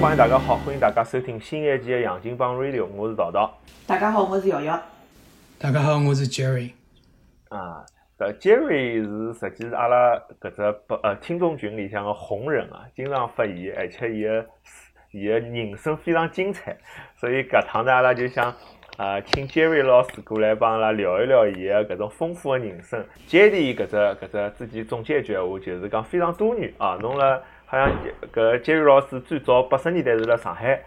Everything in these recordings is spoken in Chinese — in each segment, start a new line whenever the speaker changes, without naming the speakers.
晚大家好，欢迎大家收听新一期的《杨金帮 Radio》，我是桃桃。
大家好，我是瑶瑶。
大家好，我是 Jerry。
啊，呃，Jerry 是实际是阿拉搿只不呃听众群里向个红人啊，经常发言，而且伊个伊个人生非常精彩，所以搿趟呢，阿拉就想啊、呃请 Jerry 老师过来帮阿拉聊一聊伊个搿种丰富个人生。Jerry 搿只搿只自己总结一句闲话，就是讲非常多元啊，侬辣好像搿 Jerry 老师最早八十年代是辣上海，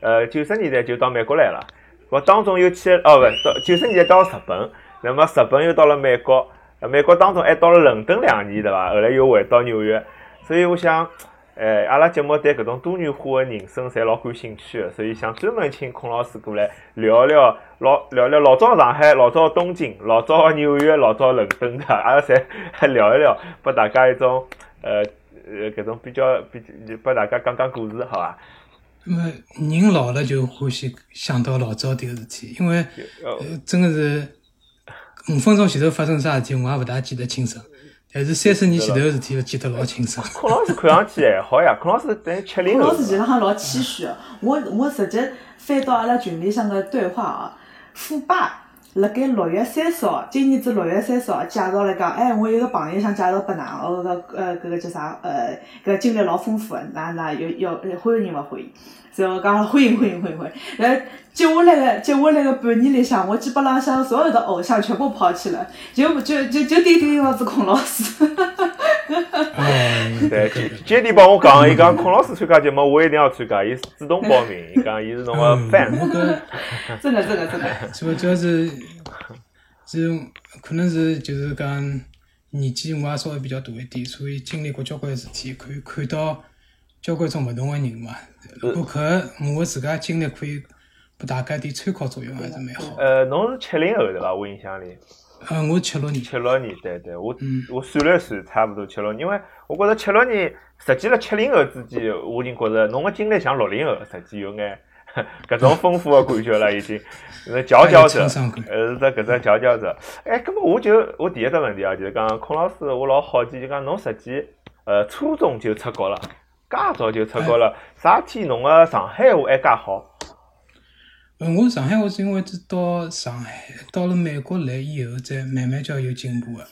呃，九十年代就到美国来了。我当中又去了哦，勿到九十年代到日本，那么日本又到了美国，呃美国当中还到了伦敦两年，对伐？后来又回到纽约，所以我想，呃，阿拉节目对搿种多元化的人生侪老感兴趣的，所以想专门请孔老师过来聊聊老聊聊老早上海、老早东京、老早纽约、老早伦敦的，阿拉侪聊一聊，拨大家一种呃呃搿种比较比拨大家讲讲故事，好伐？
那么人老了就欢喜想到老早点个事体，因为
呃
呃真个是五分钟前头发生啥事体，我也勿大记得清爽。但是三十年前头个事体，我记得老清爽。
孔老师看上去还好呀，孔老师等于七零
孔
后。
老师其实上老谦虚的，我我直接翻到阿拉群里向个对话啊，富爸辣盖六月三十号，今年子六月三十号介绍了讲，哎，我有个朋友想介绍拨㑚，哦搿呃搿个叫啥呃搿经历老丰富的，㑚㑚要要呃欢迎勿欢迎？然后讲欢迎欢迎欢迎欢迎，然后接下来个接下来个半年里向，我基本浪向所有的偶像全部抛弃了，就就就就顶顶老子孔老师。
哦，
对，杰杰迪帮我讲，伊讲孔老师参加节目，我一定要参加，伊主动报名，伊讲伊是侬个
嗯
fan，
我搿
真的真的真的，
主要是是可能是就是讲年纪我也稍微比较大一点，所以经历过交关事体，可以看到交关种勿同个人嘛。如果搿我自家经历可以拨大家点参考作用，还是蛮好。
呃，侬是七零后对伐？我印象里
呃，我七六年，
七六年，对对，我
嗯
我算了算，差不多七六年，因为我觉着七六年，实际辣七零后之间，我已经觉着侬个经历像六零后，实际有眼搿种丰富个感觉了，已经是佼佼者
哎有沧桑感。
呃，是只搿只佼佼者。哎，葛么我就我第一只问题啊，就是讲孔老师，我老好奇，就讲侬实际呃初中就出国了，介早就出国
哎
了，啥天侬个上海话还介好？
呃，我上海话是因为是到上海到了美国来以后，才慢慢叫有进步的。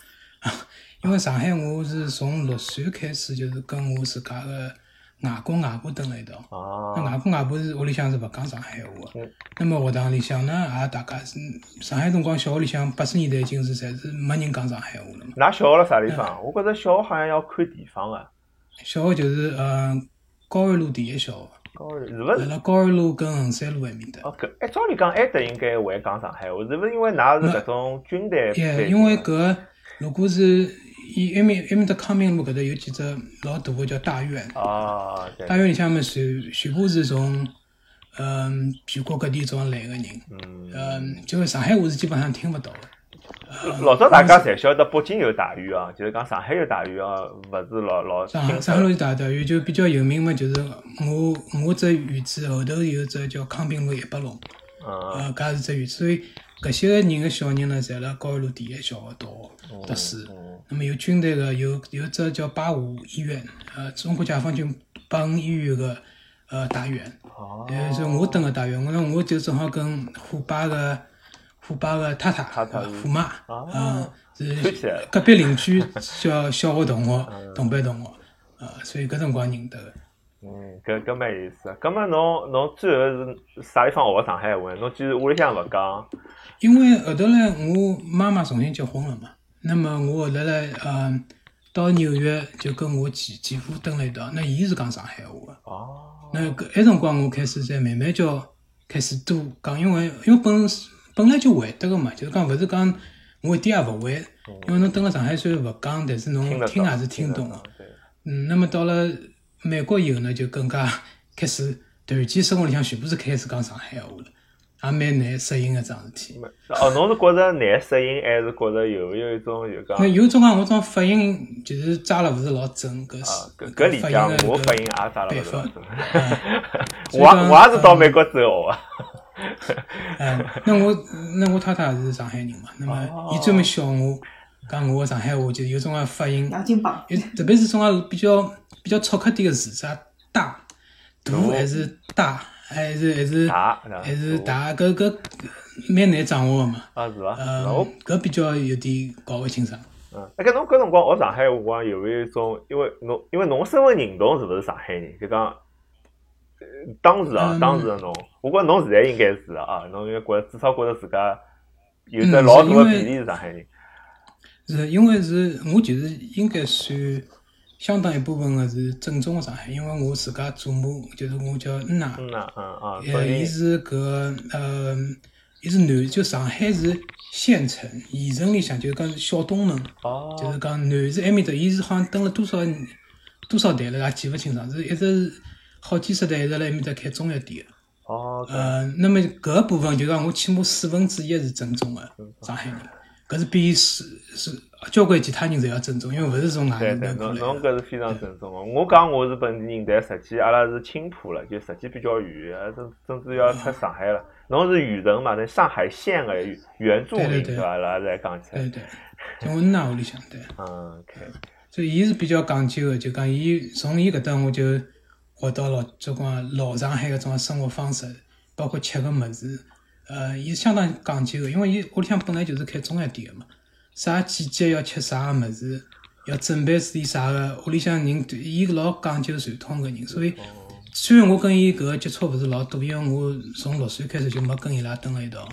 因为上海我是从六岁开始，就是跟我自家的外公外婆蹲辣一道。那
啊，
外公外婆是屋里向是勿讲上海话
嗯
的，那么学堂里向呢，也大家是上海辰光小学里向八十年代已经是侪是没人讲上海话了嘛。
㑚小学辣啥地
嗯
方？我觉着小学好像要看地方啊个，
小学就是呃高安路第一小学，
高是勿
辣
是？
辣高安路跟衡山路埃面搭。
哦，搿按照理讲，埃搭应该会讲上海话，是勿是因为㑚是搿种军队 啊
也
背景
因为
的
搿如果是伊埃面埃面搭康明路搿搭有几只老大个叫大院，
啊，对
大，院里向么全全部是从嗯全国各地种来个人，
嗯，
嗯，就是上海话是基本上听勿到个。
老早大家侪晓得北京有大院啊，就是讲上海有大院啊，勿是老老清
上海上海
楚
路大大院就比较有名嘛，就是我我只院子后头有只叫康平路一百弄，
嗯，
呃，搿也是只院子，所以搿些个人个小人呢，侪辣高安路第一小学读读书。
嗯
那么有军队个，有有只叫八五医院，呃，中国解放军八五医院个呃大院，
哦，
呃，是我蹲个大院，我呢我就正好跟虎爸个虎爸个太太
太太
呃虎妈，
哦
呃，是
看起来
隔壁 邻居叫小学同学，同班同学，呃，所以搿辰光认得个。
嗯，搿搿蛮有意思。搿么侬侬最后是啥地方学上海话？侬既然屋里向勿讲，
因为后头来我妈妈重新结婚了嘛，那么我后头来呃到纽约就跟我前前夫蹲辣一道，那伊是讲上海话个。
哦，
那搿埃辰光我开始在慢慢叫开始多讲，因为因为本本来就会得个嘛，就是讲勿是讲我一点也勿会，因为侬蹲辣上海虽然勿讲，但是
哦听得
侬听
懂
也是听
得
懂
懂
个。
对
嗯，那么到了美国以后呢，就更加开始突然间生活里向全部是开始讲上海话了，也蛮难适应个桩事体。
哦，侬是觉着难适应，还是觉着有有一种就讲
那有种讲我种发音就是抓了勿是老准，搿
啊
是
搿搿里
发
向
音的
我发
搿
音 也啥了勿
北
是
方
老准
所以
我
讲
也我也是到美国之后啊，
嗯，那我 那我太太也是上海人嘛，那么伊专门笑我，讲我的上海话就是有种啊发音，
杨金榜。
啊有特别是种啊比较比较粗刻点个字，啥大大还是大，还是还是
大
嗯还是大，搿搿蛮难掌握个嘛。
啊是伐？
嗯
那我，
搿比较有点搞勿清爽。
嗯，哎，搿侬搿辰光学上海话啊，有没有一种，因为侬因为侬身份认同是勿是上海人？就讲，呃当时啊，
嗯
当时的侬，我觉着侬现在应该是的啊，侬应该觉至少觉着自家有
嗯
只
是
老大的
因为
比例是上海人。
是因为是我其实应该算相当一部分个是正宗个上海，因为我自家祖母就是我叫恩娜，
嗯呐，嗯啊，所
呃，伊
以
是搿呃，伊是南，就上海是县城，县城里向就是讲小东门，
哦，
就是讲南是埃面搭，伊是好像蹲了多少多少代了，也记勿清爽，是一直好几十代一直辣埃面搭开中药店个。
哦，搿
呃，那么搿部分就讲我起码四分之一是正宗的上海人，搿是比是是交关其他人侪要正宗，因为勿是从外
对对，
面头过
侬
来
侬搿
的。
是非常正宗个。我讲我是本地人，但实际阿拉是青浦了，就实际比较远，呃甚甚至要出上海了。侬是县城嘛？那上海县个原住
对
民
对对
伐？阿拉来讲起来
对，对，从我奶屋里向对，
嗯，OK，
所以伊是比较讲究的，就讲伊从伊搿搭我就学到了，就讲老上海搿种生活方式，包括吃个物事，呃，伊是相当讲究的，因为伊屋里向本来就是开中药店的嘛，啥季节要吃啥个物事，要准备点啥个，屋里向人对伊老讲究传统个人，所以虽然我跟伊搿个接触勿是老多，因为我从六岁开始就没跟伊拉蹲辣一道，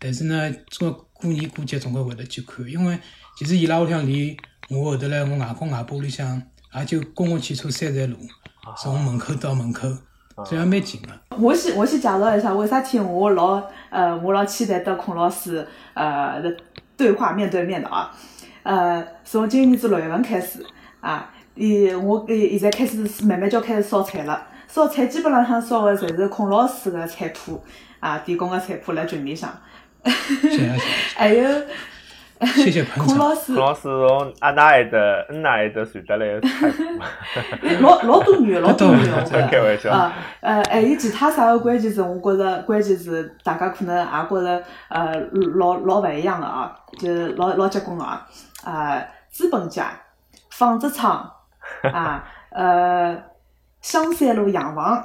但是呢，这个过年过节总归会得去看，因为其实伊拉屋里向离我后头来我外公外婆屋里向也就公共汽车三站路，从门口到门口，所以也蛮近个。
我先我先介绍一下，为啥体我老呃我老期待跟孔老师呃的对话面对面的啊，呃，从今年子六月份开始啊，伊我伊现在开始慢慢叫开始烧菜了，烧菜基本浪向烧的侪是孔老师的菜谱啊提供的菜谱辣群里向，
谢谢
还有
谢谢捧
孔
场。
老师
孔老师从阿奶埃搭、恩奶埃搭传得来的菜谱，
老老多女的，老多女 的，我觉得。
开玩笑。
啊，呃，还有其他啥个关键词，我觉着关键词大家可能也觉着呃老老勿一样个啊，就是老老结棍个啊，啊，资本家、纺织厂啊，呃，香山路洋房，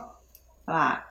对伐？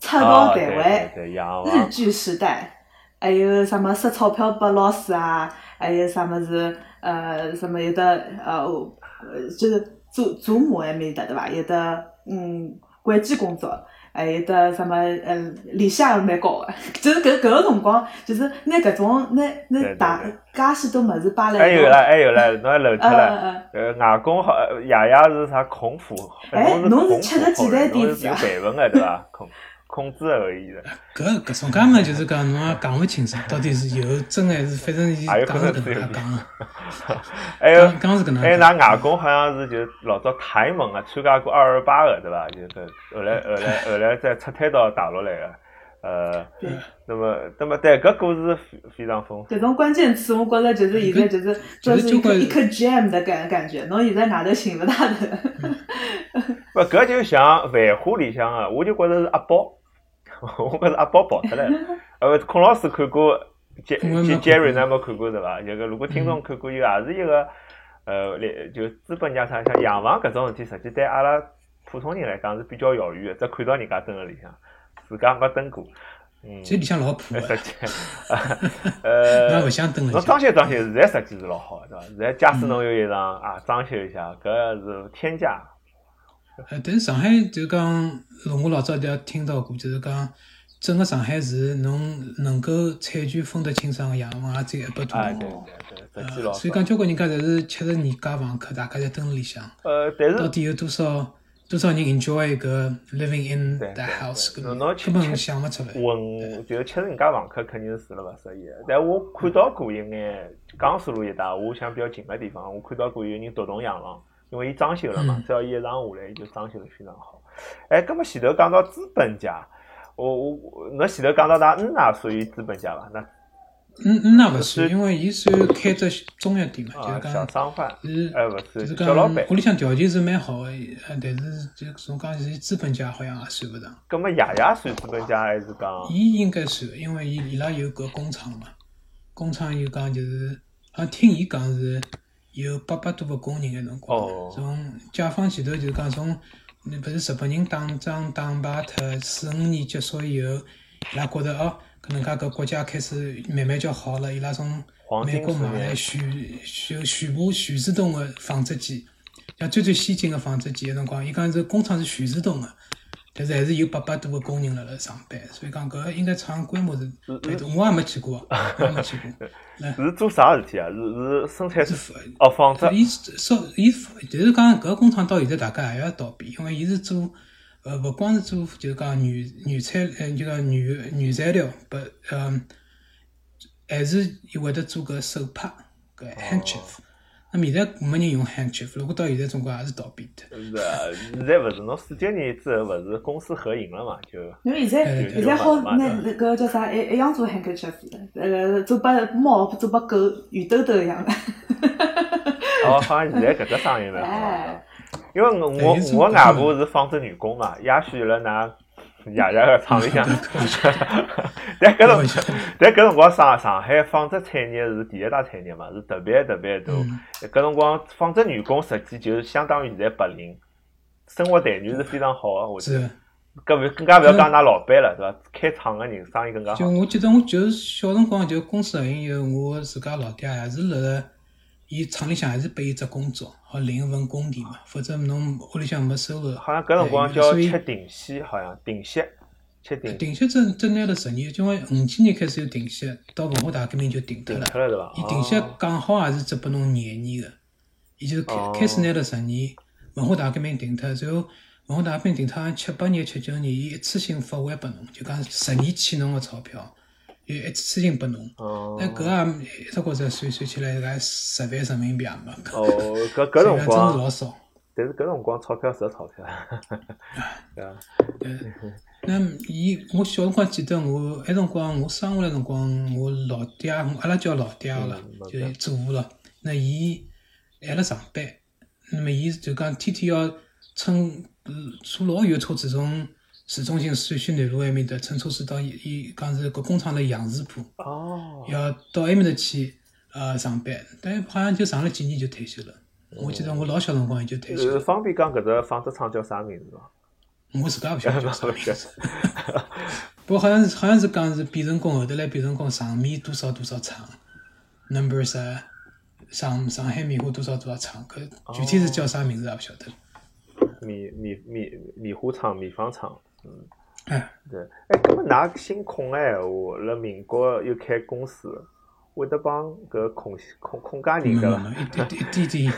赤
哦
道
对
台湾
对，对洋
日
房，
剧时代，还有什么塞钞票拨老师啊，还有啥么子呃什么有的呃呃就是祖祖母埃面搭对伐？有的嗯会计工作，还有的什么呃理想也蛮高个，就是搿搿个辰光就是拿搿种拿
对
拿
对
大
对
介许多物事摆辣
还
一
有
道
了，，还有了，侬还漏
呃
脱
呃
了。
呃。
呃，外公好，呃爷爷是啥孔府？
哎
侬
侬是吃的
孔府
几代
后人侬
弟子
是有
啊
辈分的对伐？孔孔子的后裔的，
搿搿种介嘛，就是讲侬也讲勿清爽，到底是有真还是反正伊
也
讲
有
是
可能
搿
是有
能介讲的，
还有
讲讲是搿能
还
介
有，㑚
讲。
哎外公好像是就是老早台盟啊，参加过二二八的对伐？就是后来后来后来再撤退到大陆来的。呃，
对
那么那么对搿故事非非常丰富。
搿种关键词，我觉着就是现在就是就
就是
是一颗
就会
一颗 gem 的感感觉，侬现在外头寻勿大的。
不，搿就像《繁花》里向啊，我就觉着是阿宝， 我觉着阿宝跑出来了。呃，孔老师看过杰
我也没
杰
看
杰瑞，
过
㑚没看过对伐？有个如果听众看过，伊也是一个呃，来就资本家啥像洋房搿种事体，实际对阿拉普通人来讲是比较遥远的，只看到人家蹲辣里向，自家没蹲过。嗯，
其实里向老破
哎 实，
个
际，呃，
那勿想蹲了
侬
一下
装修装修，现在设计是老好的，对伐？现在假使侬有一场啊，装修一下，搿是天价。
呃，但是上海就讲，我老早就也听到过，就是讲整个上海市侬能够产权分得清爽个洋啊房也只有一百多
哎，
栋。
对对对，实际老
呃，
少
所以。讲交关人家侪是七十年家房客，大家侪蹲辣里向，
呃，但
到
是
底有多少多少人 enjoy 搿 living in
对
the
对
house？
对侬
根
侬
本
去
根本想勿出来。
文就吃人家房客肯定是了勿适宜。但我看到过一眼江苏路一带，我想比较近个地方，我看到过有人独栋洋房，因为伊装修了嘛
嗯，
只要伊一上下来，伊就装修得非常好。哎，葛么前头讲到资本家，我我我侬前头讲到㑚恩也属于资本家伐？那
嗯嗯，那勿
是
算，因为伊算开只中药店嘛，就
啊
是
小
讲
商贩，
是
哎勿
就是是
小老板
讲。屋里向条件是蛮好个，呃，但是就从讲是资本家好像也算勿上，
葛么爷爷算资本家还是讲？
伊应该算，因为伊伊拉有搿工厂嘛，工厂有讲就是，好像听伊讲是有八百多个工人个辰光
哦，
从解放前头就是讲从那不是日本人打仗打败脱，四五年结束以后，伊拉觉着哦，搿能介搿国家开始慢慢叫好了，伊拉从
黄金
美国
时
买来
代
全全全部全自动的纺织机，像最最先进的纺织机，有辰光伊讲是工厂是全自动的，啊但是还是有八百多个工人辣辣上班，所以讲搿应该厂规
嗯
模是蛮大，我也没去过，我也没去过。来，
是做啥事体啊？是是生产
是
哦，纺织
伊说伊，就是讲搿工厂到现在大家还要倒闭，因为伊是做呃勿光是做就是讲原原材呃就讲原原材料，不嗯，还是伊会得做搿手帕搿 handkerchief。那么现在没人用 handkerchief，如果到现在中国也是倒闭的。
是啊，现在勿是侬四九年之后勿是公私合营了嘛？ 就
侬现在
哎
现在好
有嘛
拿
有嘛
那个叫啥，一一样做 handkerchief，呃，做把猫，做把狗圆兜兜一样的。
哦，好像现在搿只生意蛮好
哎
的，因为我我
哎是
我外婆是纺织女工嘛，也许辣㑚爷爷个厂里 向， 但搿种。但搿辰光上上海纺织产业是第一大产业嘛，是特别特别多。
嗯
搿辰光纺织女工实际就是相当于现在白领，生活待遇是非常好的。我觉得，
是，
搿勿更加勿要讲㑚老板了，对伐？开厂个人生意更加
就
好。
我记得我就是小辰光就公司合营以后，我自家老爹还是辣辣伊厂里向还是拨伊只工作，好领一份工钿嘛，否则侬屋里向没收入。
好像搿辰光
哎
叫
所以啊
吃定息，好像定息，吃定
定息只只拿了十年，因为五几年开始有定息，到文化大革命就停脱
定
了。
脱了对伐？
伊定息
哦
讲好也是只拨侬廿年个，伊就是开
哦
开始拿了十年，文化大革命停脱，然后文化大革命停脱，好像七八年、七九年，伊一次性发还拨侬，就讲十年欠侬个钞票，伊一次性拨侬。
哦
那哎搿也一只觉着算算起来，搿十万人民币也没。
哦，搿搿辰
虽然真 是
光，
老少。
但是搿辰光钞票是钞票， 对啊伐？
那伊，我小辰光记得我，埃辰光我生下来辰光，我老爹，我阿拉叫老爹好了
嗯老，
就
爹
是祖父了。那伊还辣上班，那么伊就讲天天要乘嗯坐老远车子从市中心陕西南路埃面搭乘车子到伊伊讲是搿工厂辣杨树浦，
哦，
要到埃面搭去呃上班，但好像就上了几年就退休了。我记得我老小辰光伊就退休
呃
了，
方便讲搿只纺织厂叫啥名 字伐？啊
我自家勿晓得叫啥名字。不过好像是好像是讲是变成功后头来变成功上面多少多少厂，number 啥上上海棉花多少多少厂，搿具体是叫啥名字也勿晓得。
米米米米糊厂、米方厂，嗯，
哎，
对。哎，搿么㑚姓孔哎个闲话，辣民国又开公司，会得帮搿孔孔孔家
没
人对
没
伐？
没，一点一点点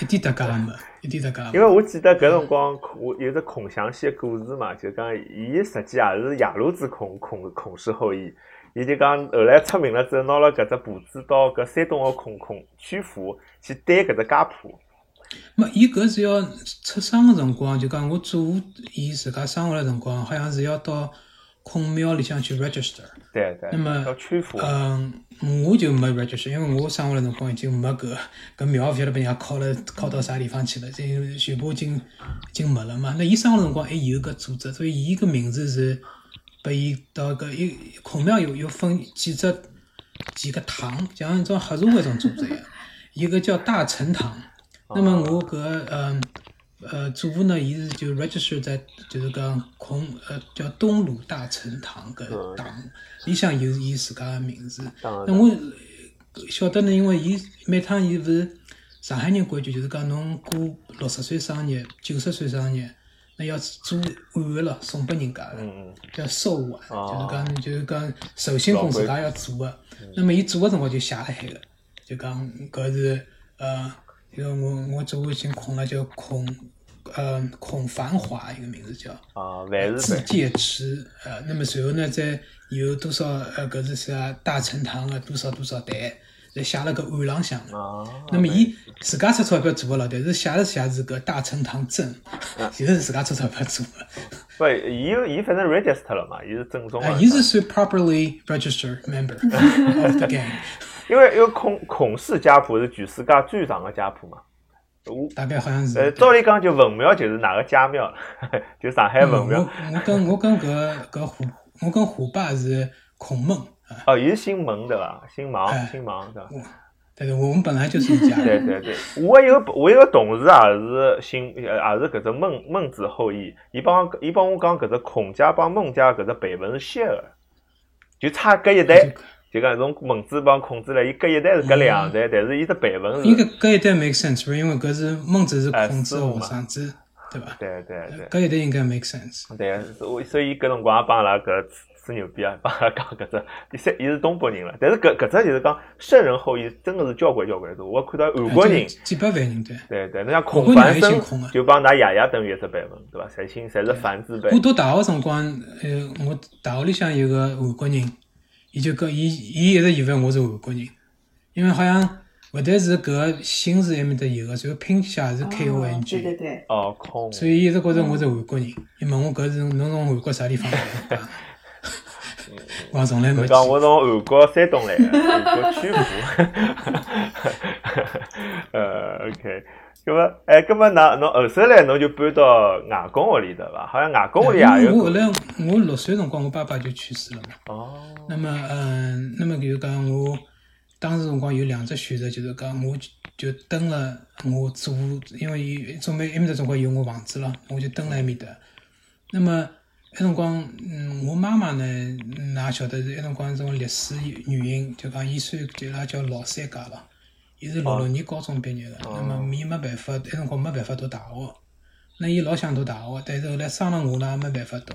一点搭界也没，一点搭界也
因
没。
为我记得搿辰光，我有只孔祥熙个故事嘛，就讲伊实际也是野路子孔孔孔氏后裔。伊就讲后来出名了之后，拿了搿只簿子到搿山东个孔孔曲阜去担搿只家谱。
没，伊搿是要出生个辰光，就讲我祖父伊自家生下来辰光，好像是要到孔庙里向去 register。
对对
那，么
到曲阜。
嗯，我就没 register，因为我生下来辰光已经没搿搿庙，勿晓得被人家敲了敲到啥地方去了，这全部已经已经没了嘛。那伊生下来辰光还有搿组织，所以伊搿名字是拨伊到搿一孔庙有有分几只几个堂，像一种黑社会一种组织一样，一个叫大成堂。
哦
那么我搿嗯呃祖父呢，伊是就 register 在就是讲孔呃叫东鲁大成堂搿堂里向有伊自家个名字。
嗯当然
那我晓得呢，因为伊每趟伊勿是上海人规矩，就是讲侬过六十岁生日、九十岁生日，那要做碗了送拨人家个。
嗯，
叫寿碗，
哦
就是讲就是讲寿星公自家要做个。那么伊做个辰光就写辣海个，就讲搿是呃，就我我祖父已经空了，叫孔呃孔繁华一个名字叫。
啊，万事
自
呗。
戒池，呃，那么随后呢，再有多少呃，搿是啥大成堂个多少多少代，再写了个碗浪向个。
啊，
那么伊自家出钞票做勿了，但是写了写是个大成堂 证，其实是自家出钞票做个。
不，伊伊反正 register 了嘛，伊是正宗
啊
的，
伊是算 properly registered member of the gang，
因为因为孔孔氏家谱是全世界最长的家谱嘛。我
大概好像是。
呃，照理讲就文庙就是哪个家庙了， 就上海
嗯
文
我
庙。
我跟我跟搿搿虎，我跟虎爸是孔孟啊，
哦，伊是姓蒙对伐？姓
哎
芒，姓芒对伐？
对对，我们本来就是一家人。
对对对，我有个我有个同事啊也是新，呃也是搿只孟孟子后裔，伊帮伊帮我讲搿只孔家帮孟家搿只辈分是相的，就差隔一
嗯
代，就讲从孟子帮孔子来，伊隔一代是隔两代，但是伊只辈分
应
是
该，嗯搿一代 make sense，因为搿是孟子是
哎
孔子
师傅
的
嘛
学生子，对伐？
对对对。
搿一代应该 make sense。
对，所所以搿辰光也帮阿拉搿吹吹牛逼啊，帮阿拉讲搿只，伊是伊是东北人了，但是搿搿只就是讲圣人后裔真个是交关交关多，我看到韩国人
啊，几几百万人对。
对对，那像
国
孔
人
繁
也
生
姓孔啊
就帮㑚爷爷等于一只辈分，对伐？侪姓侪是繁字辈
我，读大学辰光，呃，我大学里向有个韩国人，伊就讲伊伊一直以为我是韩国人，因为好像勿但是搿个姓字埃面搭有个，然后拼写也是 K O N
哦对对
G，
对，
哦，孔，
所以伊一直觉着我是韩国人。伊问我搿是侬从韩国啥地方来的？ 我也从来没
侬嗯
去
啊讲我从韩国山东来的，韩国曲阜。呃，OK，咁么，哎，咁么，㑚侬后首来侬就搬到外公屋里对伐？好像外公屋里也
因为
有
我后
个
来我六岁辰光，我爸爸就去世了嘛。
哦，
那么，嗯，那么就是讲我当时辰光有两只选择，就是讲我就就蹲了我祖，因为伊准备埃面搭总归有我房子了，我就蹲了埃面搭。那么埃辰光，嗯，我妈妈呢，㑚也晓得是埃辰光种历史原因，就讲伊虽然就伊拉叫老三家了，伊是六六年高中毕业的，
哦
那么伊没办法，埃辰光没办法读大学。那伊老想读大学，但是后来生了我呢，也没办法读。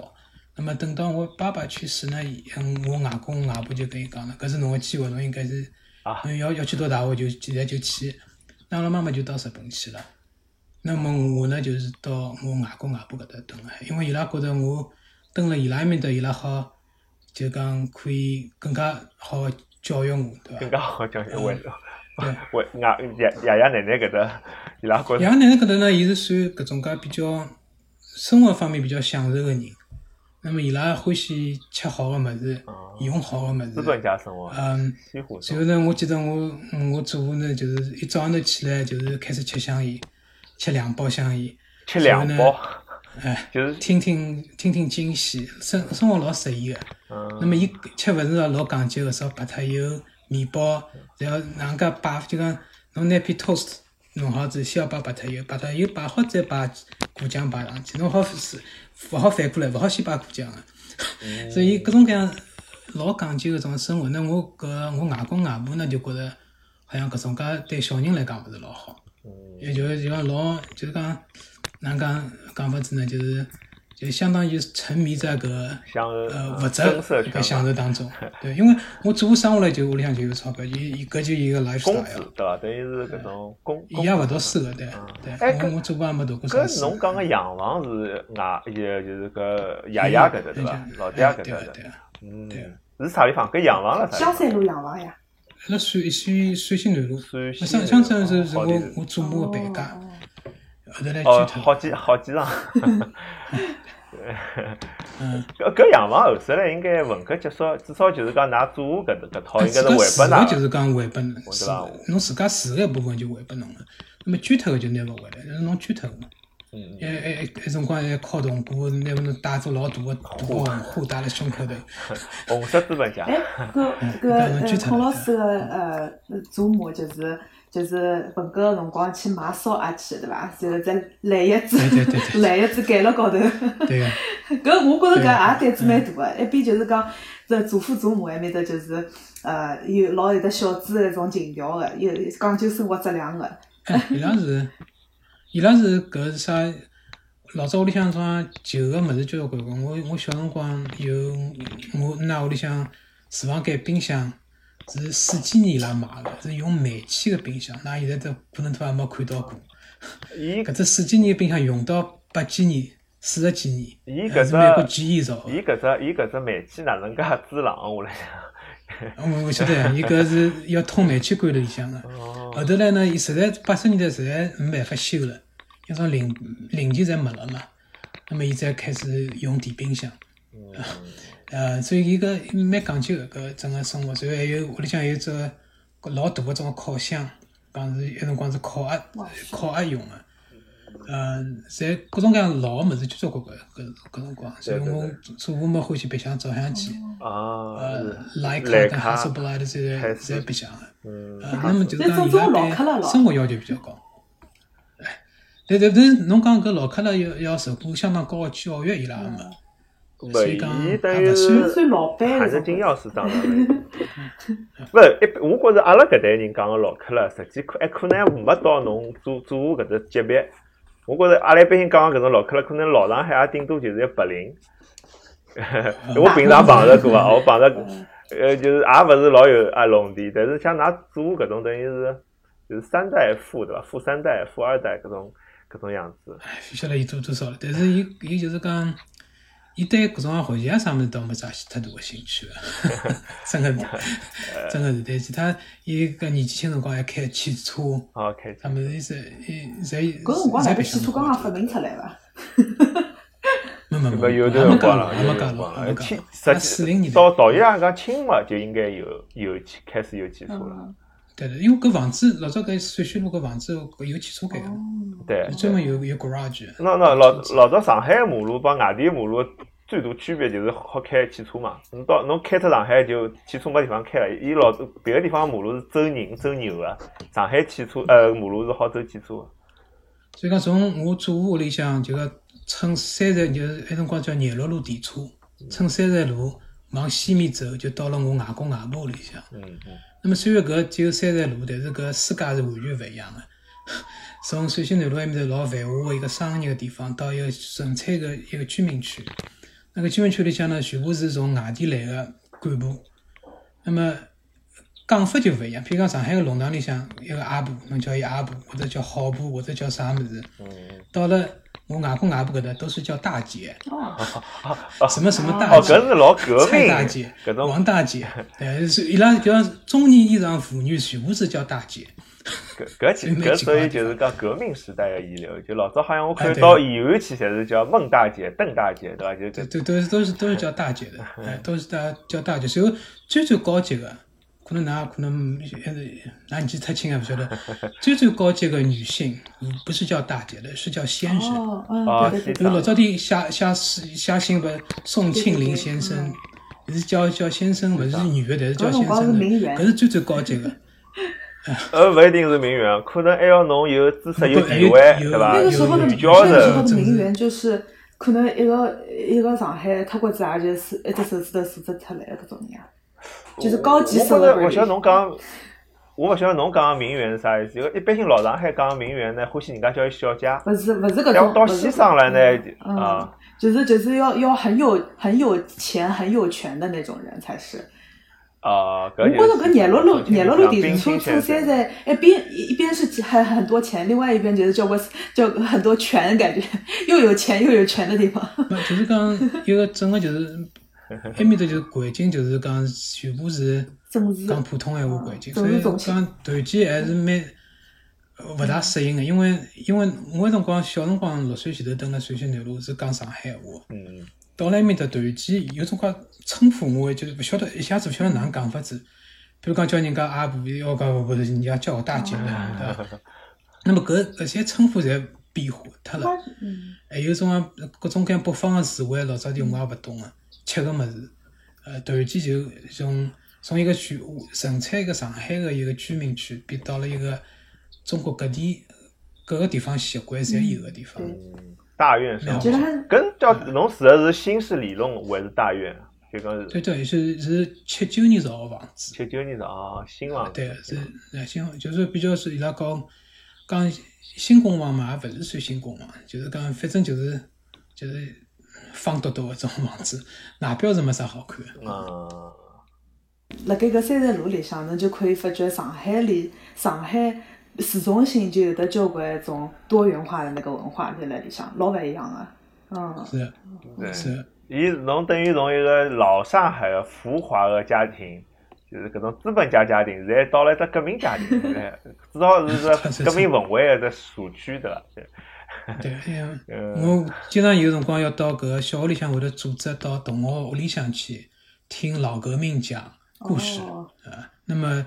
那么等到我爸爸去世呢，伊嗯我外公外婆就跟伊讲了，搿是侬个机会，侬应该是
啊
侬要要去读大学就现在就去。那阿拉妈妈就到日本去了。那么我呢就是到我外公外婆搿搭蹲了，因为伊拉觉得我蹲了伊拉埃面搭，伊拉好就讲可以更加好地教育我，对伐？
更加好讲一为
对
为 外爷爷爷奶奶搿搭，伊拉 觉
嗯爷
着
奶奶搿搭呢，伊是算搿种介比较生活方面比较享受个人。那么伊拉欢喜吃好个物事
哦，
用好个物
资本
事。
家生活，
嗯，
西湖
然后呢，我记得我嗯我祖父呢，就是一早上头起来就是开始吃香烟，吃两包香烟，
吃两包，
哎，
就是
听听听听京戏，生生活老适宜个。那
嗯
么伊吃物事也老讲究个，啥白菜油、面包，然后哪能介摆，就讲侬拿片 toast 弄好之后，先要摆白菜油，白菜油摆好再摆果酱摆上去，侬好是勿好反过来，勿好先摆果酱啊个。所以各种各样老讲究搿种生活。那我搿我外公外婆呢就觉着，好像搿种介对小人来讲勿是老好。也就是就讲老，就是讲哪能讲讲法子呢？就是就相当于沉迷在搿
享受
呃
嗯
物质
增色
一
圈
个享受当中。对，因为我祖父生下来就屋里向就有钞票，伊伊搿就一个
公
lifestyle，
子对伐？等于是搿种公
伊也勿读书个，对
哎
对。
搿
我我祖父也没读过
搿
啥
侬
书。
讲个洋房是外，啊也就是搿爷爷搿搭对伐
嗯？
老爹搿
对
搭
个
的
对，个。对
嗯，是啥地方？搿洋房辣啥
香
地方？
山路洋房呀。
阿拉陕陕陕西南路，
陕西
上上山是
哦
是
好
我
地址
我祖母个陪嫁，
哦
后头来
哦，
剧
好
透。
几好几场。
嗯，
搿搿洋房后首来应该文革结束，至少就是讲㑚祖父搿搿套应该是
自
回
家
拨㑚的
自 个就是讲还拨侬，
对
是
伐
侬自家自个一部分就还拨侬了。那么捐脱个就拿勿回来，就是侬捐脱个嘛。
嗯，
哎哎哎，那辰光还敲铜鼓，拿侬带只老大个大个红花戴辣胸口头。
红色资本家。
哎，搿搿
嗯
呃
具体
孔老师个呃祖母就是就是文革个辰光去买烧鸭去对伐？然后再来一只
对对对，对
来一只盖了高头。
对个，
搿我觉着搿也胆子蛮大个，一边就是讲这祖父祖母埃面搭就是呃有老有得小资的一种情调个，有讲究生活质量个。
哎，伊拉是，伊拉是搿是啥？老早屋里向装旧个物事交关关。我我小辰光有我㑚屋里向厨房间冰箱是四几年伊拉买个，是用煤气个冰箱，㑚现在都可能都还没看到过。
伊
搿只四几年冰箱用到八几年、四十几年，
伊
还
搿
是美国
只
几亿造的。
伊搿只伊搿只煤气哪能介制冷？我来 想。
我我晓得呀，伊搿是要通煤气管里向个。
哦，
后头来呢，伊实在八十年代实在没办法修了，因为种零零件侪没了嘛。那么伊才开始用电冰箱，
嗯
呃，所以伊搿蛮讲究搿个整个生活。然后还有屋里向有只老大个种烤箱，讲是一辰光是烤鸭
哇
烤鸭用个。啊呃，侪各种各样老个物事接触过搿搿搿辰光，所以
对对
我所以我蛮欢喜白相照相机，
啊
呃，
莱
徕卡跟哈苏布拉的这些
还
这
是
些白相的。
嗯，
呃，那么就是
那
讲
种种
伊
老
拉
客了
对
咯
生活要求比较高。哎，但但但侬讲搿老克拉要要受过相当高的教育，伊拉个
嗯
嘛，所
没，
以讲
伊等
也
于
勿
就
算
是
算老板
含
那
着
种
金钥匙长大的。 不，一般我觉着阿拉搿代人讲个老客了，实际可还可能还没到侬做做下搿只级别。我觉着阿拉一般性讲个搿种老客了，可能老上海也顶多就是一白领。我平常碰着过啊，我碰着过，呃，就是也勿是老有啊弄的，但是像㑚做搿种等于是就是三代富对伐？富三代、富二代搿种搿种样子。
哎，勿晓得伊做多少了。但是伊伊就是讲，伊对搿种学习啊啥物事倒没啥太大个兴 趣个， 真个是，真个是。但其他伊搿年纪轻辰光还开汽车，
好，开始
啥物事伊侪伊侪
搿辰光哪
侪
个
白
汽
相
车
过
刚刚发明出来伐？
没没
这个
没，
有
嗯还
段辰
没
光
讲
了，
还
有辰
没讲
光
还
了。哎
没
七
讲。
实
四零
际
年
到
代，
道义上讲，清末就应该有有汽开始有汽车了
嗯。
对的，因为搿房子老早搿陕西路搿房子有有汽车开
哦
个，
对，
专门有有 garage 的。
那那老老早上海马路帮外地马路最大区别就是好开汽车嘛。侬到侬开脱上海就汽车没地方开了，伊老别个地方马路是走人走牛个，上海汽车呃马路是好走汽车的。
所以讲，从我祖父屋里向就讲乘三站，就是那辰光叫廿六路电车，乘三站路往西面走，就到了我外公外婆屋里向。
嗯嗯，
那么虽然搿只有三站路，但是搿世界是完全勿一样的。 从陕西南路埃面头老繁华的一个商业的地方，到一个纯粹的一个居民区。那个居民区里向呢，全部是从外地来的干部。那么讲法就勿一样，譬如讲上海个弄堂里向一个阿婆，侬叫伊阿婆，或者叫好婆，或者叫啥物事。
嗯
到了我外公外婆搿搭都是叫大姐，
哦，
什么什么大
哦，
姐。
搿是老革
蔡
命
大姐、
搿种
王大姐，哎，是伊拉叫中年以上妇女全部是叫大姐，
搿搿其
真的
搿
奇
所以
怪
就是讲革命时代的遗留，就老早好像我
哎
看
对
到延安去侪是叫孟大姐、邓大姐，对伐？就
对
搿
对，都是都是都是叫大姐的，哎，都是大叫大姐。所以最最高级的，可能㑚可能还是㑚年纪太轻啊，勿晓得。最最高级的女性，嗯不是叫大姐的，是叫先生。
哦，嗯，
啊
对对
因为
先
对，
老早底写写诗写信不宋庆龄先
嗯
生，是叫叫先生，勿是女的，但是叫先
搿辰光是
生的
名，媛
搿是最最高级的。
呃，勿一定是名媛，可能还要侬有知识、有
不
地位，
有
对伐？
那
有
个时候的
女
那
教
个时候
授，
的名媛就是。可能一个一个上海脱骨子，也就是一只手指头数得出来的搿种人，就是高级
我觉
社
着
会。
我晓得侬讲，我勿晓得侬讲的名媛是啥意思。因为一般性老上海讲的名媛呢，欢喜人家叫伊小姐，
勿是勿是搿
要
种，
到
勿是
西
搿
上来呢
种
就啊
嗯，就是就是要要很有很有钱很有权的那种人才是。
啊，
嗯我
搿
觉
就是
着搿廿六路
像
廿六路
冰
电车
清
出
先
现
生
在一边一边是很很多钱，另外一边就是叫个叫很多权，感觉又有钱又有权的地方。
没，就是讲一个整个就是埃面头就是环境，就是讲全部是
政治
讲普通闲话环境，
嗯
所以
政治中心
讲团建还是蛮勿大适应个，因为因为我那辰光小辰光六岁前头蹲辣陕西南路是讲上海闲话，
嗯，
到了埃面搭团建有辰光称呼我就是勿晓得一下子勿晓得哪能讲法子，比如讲叫人家阿婆，要讲或者人家叫我大姐了，对伐？那么搿搿些称呼侪变化脱了。
嗯，
还有种啊，各种各样北方个词汇，老早点我也勿懂个，吃个物事，呃，突然间就从从一个全纯粹一个上海个一个居民区，变到了一个中国各地各个地方习惯侪有个地方。
对，
大院生
嗯
觉
活
得，还
搿叫侬住的是新式里弄还是大院啊？就讲
对
是
对，是是七九年造个房子，
七九年的啊，新房
对，
子
是呃新，就是比较是伊拉讲讲新公房嘛，也勿是算新公房，就是讲反正就是就是方多多个种房子，外表是没啥好看的。
嗯，
辣盖搿三站路里向，侬就可以发觉上海里上海市中心就有得交关一种多元化的那个文化在那里向，老勿一样的、嗯，
是
对。
是，
伊侬等于从一个老上海的浮华的家庭，就是搿种资本家家庭，现在到了一只革命家庭， 哎至少是个革命氛围的一只社区对伐？
对， 因为
嗯，
我经常有辰光要到搿个小学里向会得组织到同学屋里向去听老革命讲故事啊、
哦
那么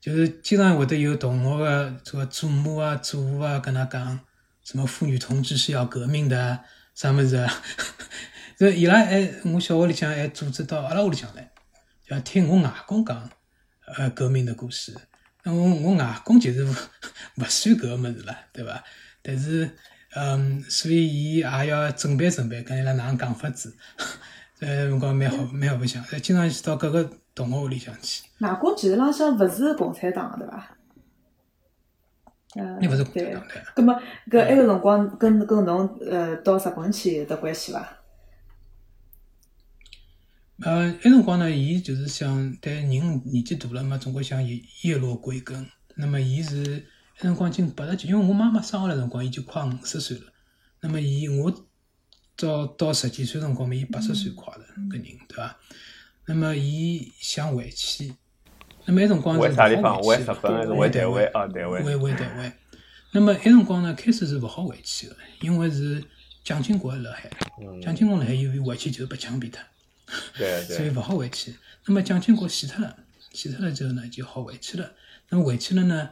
就是经常会得有同学个这个祖母啊、祖父啊跟他讲什么妇女同志是要革命的啥么子啊， 这伊拉还我小学里向还组织到阿拉屋里向来，要听我外公讲呃革命的故事。那我我外公其 实勿算搿个物事了，对伐？但是，嗯，所以伊也要准备准备，跟伊拉哪能讲法子， 呃，辰光蛮好蛮好白相，呃经常去到各个同学屋里向去。
外公其实浪向勿是共产党的，对伐？呃，
你勿是共产
对
党。嗯的，
葛末搿埃个辰光跟跟侬呃到日本去有得关系伐？
呃，埃辰光呢，伊就是想，但人年纪大了嘛，总归想叶叶落归根。那么，伊是埃辰光已经八十几，因为我妈妈生下来辰光，伊就快五十岁了。那么，伊我到到十几岁辰光嘛，伊八十岁快了，搿人对伐？那么，伊想回去，那么埃辰光是
回啥地
勿
方？
好
回
回
日
去的，
本还是回台湾？啊，台湾。
回回台湾。那么埃辰光呢，开始是勿好回去的，因为是蒋经国辣海，
嗯，
蒋经国辣海，伊回去就是被枪毙脱。
对
所
对。
以勿好回去。那么蒋经国死脱了，死脱了之后呢，就好回去了。那么回去了呢，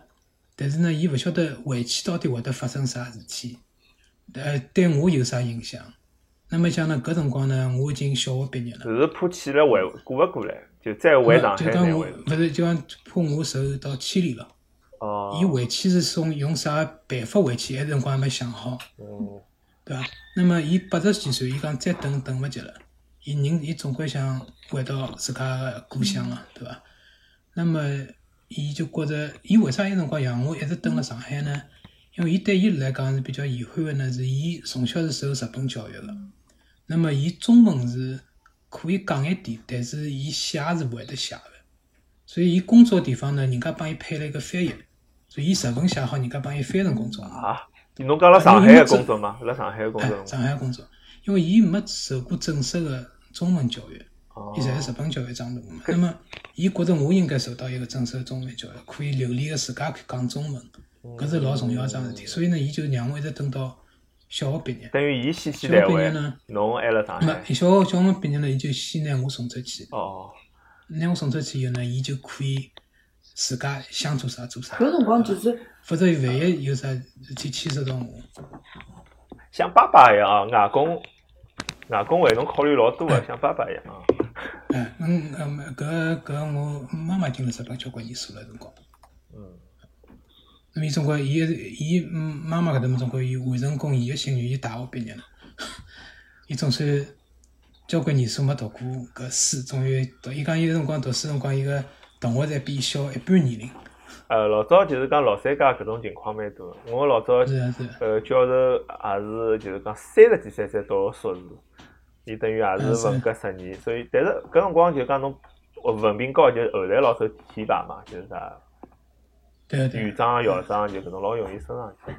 但是呢，伊勿晓得回去到底会得发生啥事体，呃，对我有啥影响？那么像呢，搿辰光呢，我已经小学毕业了，
只是怕去了回过勿过来，就再回上海
就
再
讲呃我
回。
勿是就讲怕我受到牵连了。
哦。
伊回去是送用啥办法回去，埃辰光还没想好。
嗯
对伐？那么伊八十几岁，伊讲再等等勿及了，伊人伊总归想回到自家个故乡了，对伐？那么伊就觉着，伊为啥有辰光让我一直等辣上海呢？因为伊对伊来讲是比较遗憾个呢，是伊从小是受日本教育个，那么伊中文是可以讲一点，但是伊写是勿会得写个，所以伊工作地方呢，人家帮伊配了一个翻译，所以伊日文写好，人家帮伊翻成工作。
啊，侬讲
呃
了上海的工作吗？辣上海的工作
哎，
吗？
上海工作，因为伊没受过正式的中文教育，
哦
伊呃侪是日本教育长大嘛。那么，伊觉着我应该受到一个正式的中文教育，可以流利的自家讲中文，
嗯
搿是老重要一桩事体。所以呢，伊就让我一直等到小学毕业。
等于伊先去
小学
台
毕业
湾
呢，
侬还辣上
那
海
么。小学小学毕业呢，伊就先拿我送出去，
哦，
拿我送出去以后呢，伊就可以自家想做啥做啥。
搿辰光其实
否则万一有啥事体牵涉到我，
像爸爸一样啊，外公，外公为侬考虑老多啊，像爸爸一样啊。
哎，嗯，嗯搿搿我妈妈已经辣日本交关年数了，辰光。
嗯，
那么伊总归伊伊嗯妈妈搿搭么总归伊完成功伊个心愿，伊大学毕业了， 伊总算交关年数没读过搿书，终于读。伊讲伊有辰光读书辰光，伊个同学侪比伊小一半年龄，
呃，老早就是讲老三家搿种情况蛮多。我老早
是啊是啊，
呃教授也是就是讲三十几岁才读硕士，伊等于也
嗯
是
是
文革十年，所以但是搿辰光就讲侬呃文凭高，就是后来老手提拔嘛，就是啥
对啊对
院
啊，
长、校长就搿种老容易升上去。啊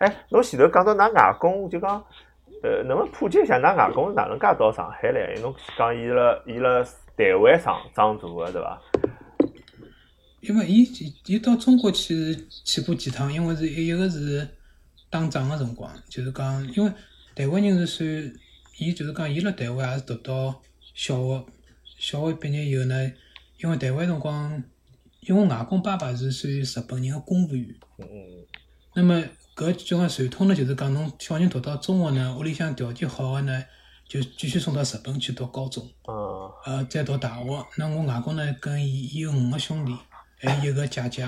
哎，侬前头讲到㑚外公，就讲呃，能勿能普及一下㑚外公是哪能介到上海来？侬讲伊辣伊辣台湾长长大个对伐？
因为伊伊到中国去去过几趟，因为是一个是打仗个辰光，就是讲因为台湾人是算伊就是讲伊辣台湾也是读到小学，小学毕业以后呢，因为台湾辰光，因为外公爸爸是属于日本人个公务员，
嗯嗯
那么搿就讲传统呢，就是讲侬小人读到中学呢，屋里向条件好个呢，就继续送到日本去读高中。
嗯
呃，再读大学。那我外公呢，跟伊伊有五个兄弟，还有一个姐姐，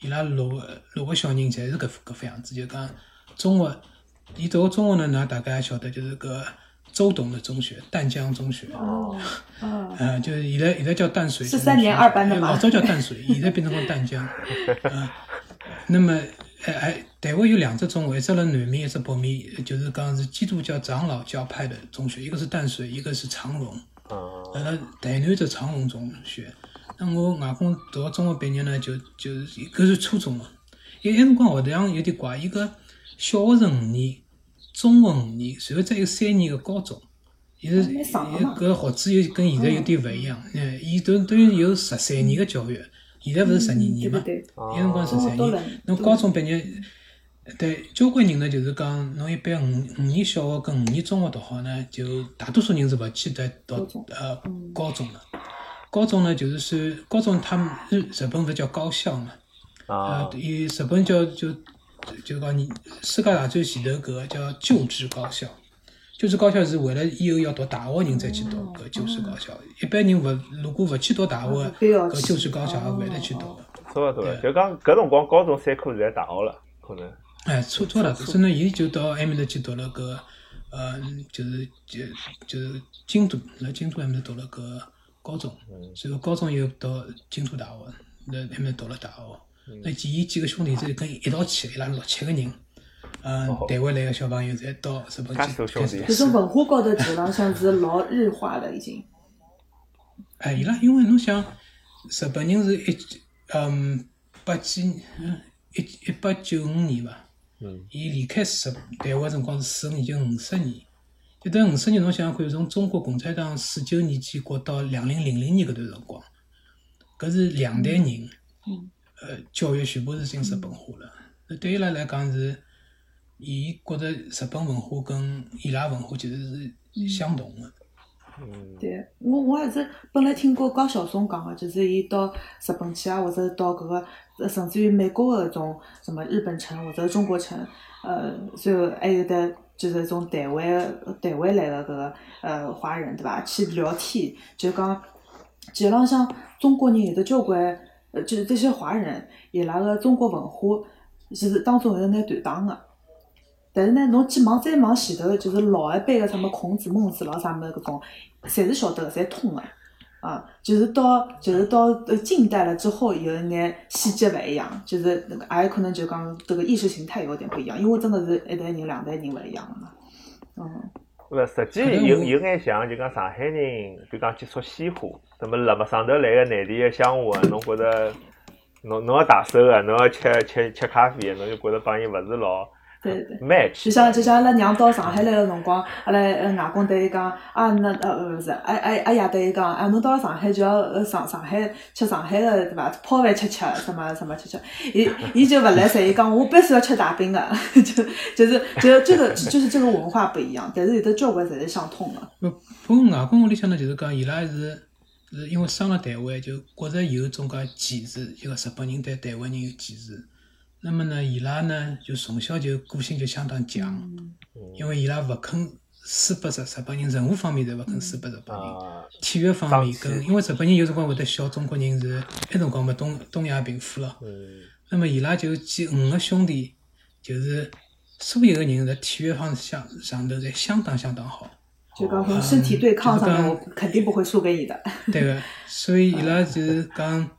伊拉六个六个小人，侪是搿副搿副样子。就讲中学，伊读个中学呢，㑚大概也晓得，就是搿周董的中学，淡江中学。
哦，
啊，
呃，就是现在现在叫淡水，哎
13年二班的嘛
老早叫淡 水，现在变成了淡江。呃，那么，哎哎，台湾有两只中学，一只辣南面，一只北面，就是讲是基督教长老教派的中学，一个是淡水，一个是长荣。
嗯
辣辣台南只长虹中学。那我外公读到中学毕业呢，就就是搿是初中了。伊埃辰光学堂有点怪，伊个小学是五年，中学五年，然后再有三年个高中。伊是
哦蛮长的
伊
嘛
搿学制又跟现在有点勿一样，哎，伊都都有十三年个教育，现在勿是十二年嘛？
对对对，
哦
有辰光十三
多了
年，侬
多
高
了
中毕业，对交关人呢，就是讲侬一般五五年小学跟五年中学读好呢，就大多数人是勿去得
高
读
中
呃
嗯
高中了。高中呢，就是算高中，他们日日本勿是叫高校嘛？
啊
呃，，伊日本叫就就是讲你世界上最前头搿个叫就职高校，就职高校是为了以后要读大学人再去读
哦
搿就职高校，一般人勿如果勿去读大学，
不要去
搿就职高校也勿会得去
哦
读。
差勿多了。就讲搿辰光高中三科侪大学了，可能
哎，错错了，所以呢，伊就到埃面搭去读了个，呃，就是就就是京都，辣京都埃面搭读了个高中，随后高中又到京都大学，辣埃面搭读了大学。那几伊几个兄弟在跟伊一道去，伊拉六七个人，呃
哦，
台湾来个小朋友侪到日本
介
去
多兄
开始
弟
读
就是
书。
文化高头其实浪向是老日化了已经。
哎，伊拉因为侬想，日本人是一嗯八几嗯一一八九五年吧，
嗯，
伊离开日台湾辰光是四五年，就五十年。一段五十年，侬想想看，从中国共产党四九年建国到两零零零年搿段辰光，搿是两代人，
嗯
呃，教育全部是进日本化了。那对伊拉来讲是，伊觉着日本文化跟伊拉文化其实是相同的。
嗯
对，我我也是本来听过高晓松讲个，就是伊到日本去啊，或者到搿个呃甚至于美国个搿种什么日本城或者中国城，呃，最后还有的就是从台湾台湾来个搿个呃华人对伐？去聊天，就讲其实浪向中国人有的交关，呃，就是这些华人伊拉个中国文化，其实当中有眼断档个。但是呢，侬去往再往前头，就是老一辈个什么孔子、孟子老啥么搿种，侪是晓得个，侪通个。啊，就是到就是到呃近代了之后，有一眼细节勿一样，就是那个也有可能就讲这个意识形态有点不一样，因为真的是一代人、两代人勿一样了嘛。嗯，
勿，实际
可能
有
我
有眼像，就讲上海人，就讲接触西化，那么辣么上头来个内地个乡下啊个，侬觉着侬侬要打手个，侬要吃吃吃咖啡啊个，侬就觉着帮伊勿是老
对对对。就
match。
像就像阿拉娘到上海来个辰光，阿拉呃外公对伊讲，啊那呃勿是，阿阿阿爷对伊讲，啊侬到了上海就要呃上上海吃上海个对伐？泡饭吃吃，什么什么吃吃，伊伊就勿来塞，伊讲我必须要吃大饼个， 就就是就是这个就是这个文化不一样，但是有的交关侪是相通个。
不，不过外公屋里向呢，就是讲伊拉是是因为生了台湾，就觉着有种介歧视，一个日本人对台湾人有歧视。那么呢，伊拉呢就从小就个性就相当强，因为伊拉勿肯输拨日日本人，任何方面侪勿肯输拨日本人。
啊，
体育方面
上
跟，
去
因为日本人有辰光会得笑中国人是，埃辰光嘛东东亚病夫了。
嗯，
那么伊拉就几五个兄弟，就是所有个人在体育方向上头侪相当相当好。
就讲从身体对抗上面，
嗯
我肯定不会输给你的。
对个，所以伊拉就是讲，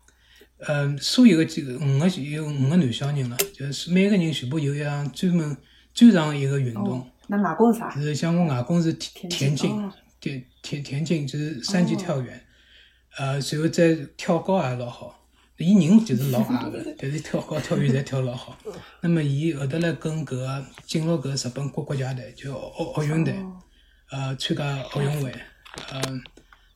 嗯，所有个几个五个有五个男小人了，就是每个人全部有一项专门专长一个运
哦
动，，
那外公是啥？
就是像我外公是田
田径
田径
哦，
田田田径就是三级跳远，呃，随后再跳高也老好。伊人就是老矮个，但是跳高跳远侪跳 老好。那么伊后头来跟搿个进入搿个日本国国家队，就奥奥运队，
哦
呃，参加奥运会，嗯，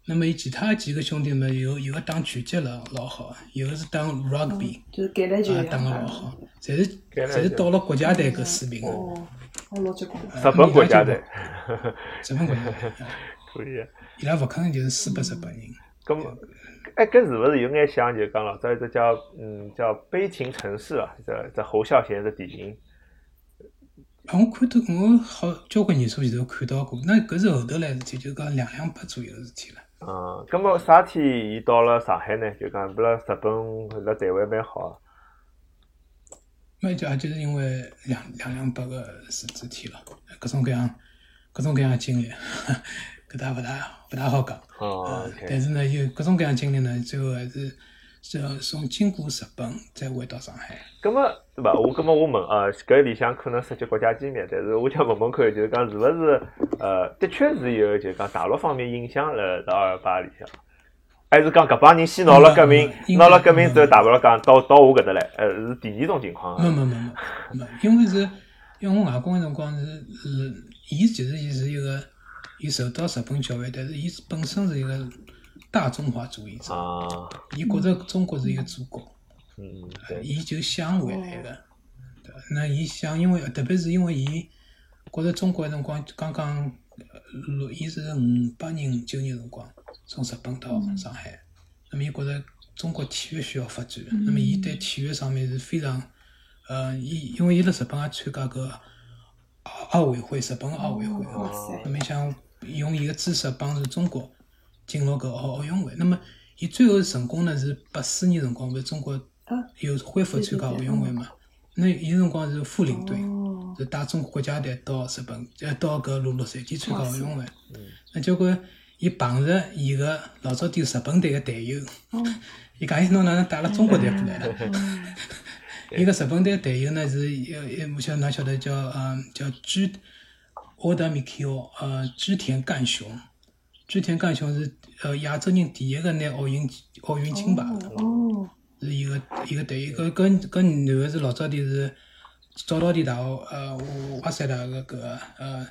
那么伊其他几个兄弟们有有个打拳击了老好，有个是打 rugby
就是橄榄球
啊
一
打
样
个
的
老。好，侪是
橄榄
侪是
球
到了国家队搿水平个，
哦，我老结棍。
呃
日本国家队，
日本国家队，呃
可以。
伊拉勿可能就是输拨日本人。
咁，哎，搿是勿是有眼像就讲老早一只叫嗯叫悲情城市啊，这这侯孝贤的电影，
啊，我看到我好交关年数前头看到过，那搿是后头来的事体，就讲两两百左右个事体了。
嗯，咁么啥体伊到了上海呢？就讲不辣日本辣台湾蛮好，
那就也就是因为两两两百个事事体了，各种各样各种各样的经历， 搿搭勿大勿大好讲。
哦
呃但
，OK，
是呢，有各种各样的经历呢，最后还是是要从经过日本再回到上海。
咁么对伐？我咁么我问啊，搿里向可能涉及国家机密，但是我想问问看，就是讲是勿是呃，的确是有就讲大陆方面影响了辣二八里向。还是讲搿帮人先闹了革命，
嗯嗯
闹了革命之后，大不了讲到到我搿搭来，呃，是第二种情况啊。
没没没没没，因为是因为我外公个辰光是是，伊其实伊是一个，伊受到日本教育，但是伊本身是一个大中华主义者，
啊，
伊觉着中国是一个祖国。
嗯，对，
伊就想回来个。对吧那伊想，因为特别是因为伊觉着中国个辰光刚刚，呃六伊是五八年、五九年辰光从日本到上海，那么伊觉着中国体育需要发展，那么伊对体育上面是非常呃，伊因为伊辣日本也参加个奥奥委会，日本奥委啊会，
哇塞
那，么想用伊个知识帮助中国进入搿奥奥运会。那么伊最后成功呢是八四年辰光，勿是中国
嗯
又恢复参加奥运会嘛？那伊辰光是副领队，
哦，
就带中国国家队到日本，呃，到搿鲁鲁塞去参加奥运会。那结果伊碰着伊个老早点日本队个队友，
嗯
伊讲：“哎，侬哪能带了中国队过来了？”伊个日本队队友呢是呃一一，我晓得哪晓得叫嗯叫织奥达米基奥，呃，织田干雄。织田干雄是呃亚洲人第一个拿奥运奥运金牌的，
哦，
是一个一个队友。搿搿搿男个是老早点是早稻田大学呃哇塞大学搿个呃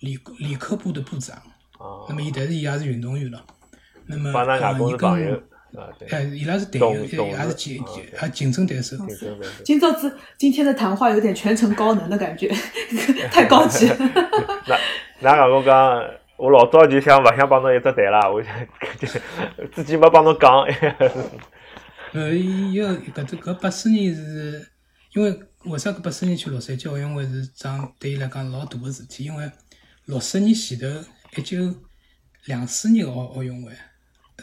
理理科部的部长。
哦
那么伊但是伊也是运动员了。那么
帮㑚外
呃
公
伊
是朋
跟
友啊，对，
哎， 伊拉是队
懂
友，
懂
也也是
了
竞
啊对
也竞争对手。
竞争对手。
今朝子今天的谈话有点全程高能的感觉，太高级了。
㑚外公讲，我老早就想勿想帮侬一只队啦，我就感觉 自己没帮侬 讲。
呃，伊要搿只搿八四年是，因为为啥搿八四年去洛杉矶奥运会是桩对伊来讲老大个事体？因为六十年前头，一九两四年个奥奥运会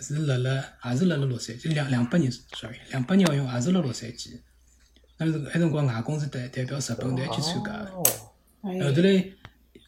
是辣辣，也是辣辣洛杉矶，两两百年，sorry，两百年奥运会也是辣洛杉矶。那么是搿辰光外公是代代表日本队去参加个。
哦
哎
后头嘞，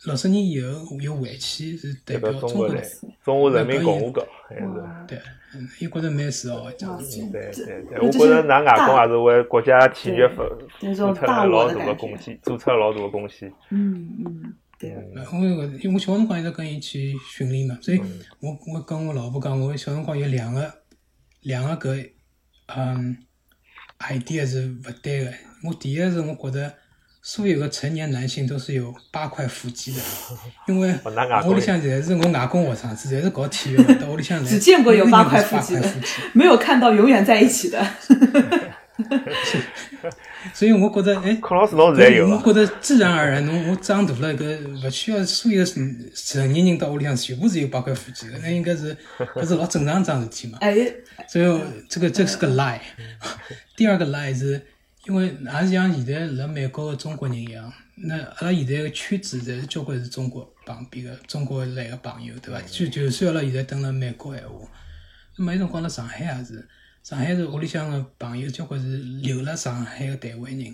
六十年以后又回去是代表中国
代表中国队，中华
队
人民共和国还是。
哇
对，嗯伊觉着蛮自豪个，哦讲
哇
实
塞，
对对对，
这
我
这
觉
是
着㑚外公
大
也是为国家体育发
那
做
种
出了
大
老
我的
大的
感
贡
觉，
献，做出了老大的贡献。
嗯嗯，对，
嗯
呃因为我因为我小辰光一直跟伊去训练嘛，所以我我跟我老婆讲，我小辰光有两个两个搿嗯 idea 是勿对个。我第一是我觉得所有的成年男性都是有八块腹肌的，因为
哦那外公
我屋里向侪是我外公学生子，侪是搞体育的，到屋里向来
只见过有
每个
八
人都
块
是
腹肌 的
八块腹肌
没有看到永远在一起的。
所以我觉得哎。
孔老师侬现在有
我
伐？
觉得自然而然，侬我长大了，搿勿需要所有成成年人到屋里向全部是有八块腹肌的，那应该是搿是老正常一桩事体嘛。
哎，
所以我这个这是个 lie。第二个 lie 是因为也是像现在辣美国的中国人一样，那阿拉现在个圈子侪是交关是中国旁边个中国来个朋友，对伐？就就算阿拉现在蹲辣美国闲话，那么有辰光辣上海也是，上海是屋里向个朋友交关是留辣上海个台湾人。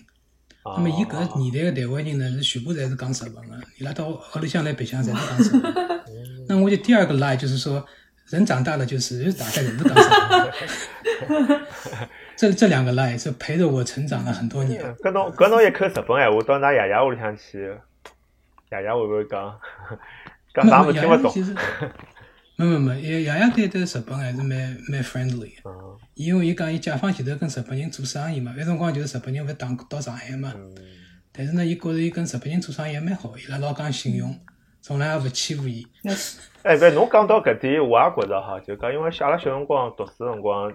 那么伊搿
哦
年代个台湾人呢，是全部侪是讲日文个，伊拉到屋里向来白相侪是讲日文。
哦
那我就第二个 lie 就是说，人长大了就是大概人都讲日文。这这两个 lie 是陪着我成长了很多年。
搿侬搿侬一口日本闲话到㑚爷爷屋里向去，爷爷会勿会讲？ 讲啥
那
物
么
事
爷
听勿
爷
懂
其？实，没没没，爷爷爷对对日本还是蛮蛮 friendly 的。
嗯
因为伊讲伊解放前头跟日本人做生意嘛，有辰光就是日本人勿是打到上海嘛。
嗯
但是呢，伊觉着伊跟日本人做生意也蛮好，伊拉老讲信用，从来也勿欺负伊。
那是
哎，勿，侬讲到搿点，我也觉着哈，就讲因为小阿拉小辰光读书辰光，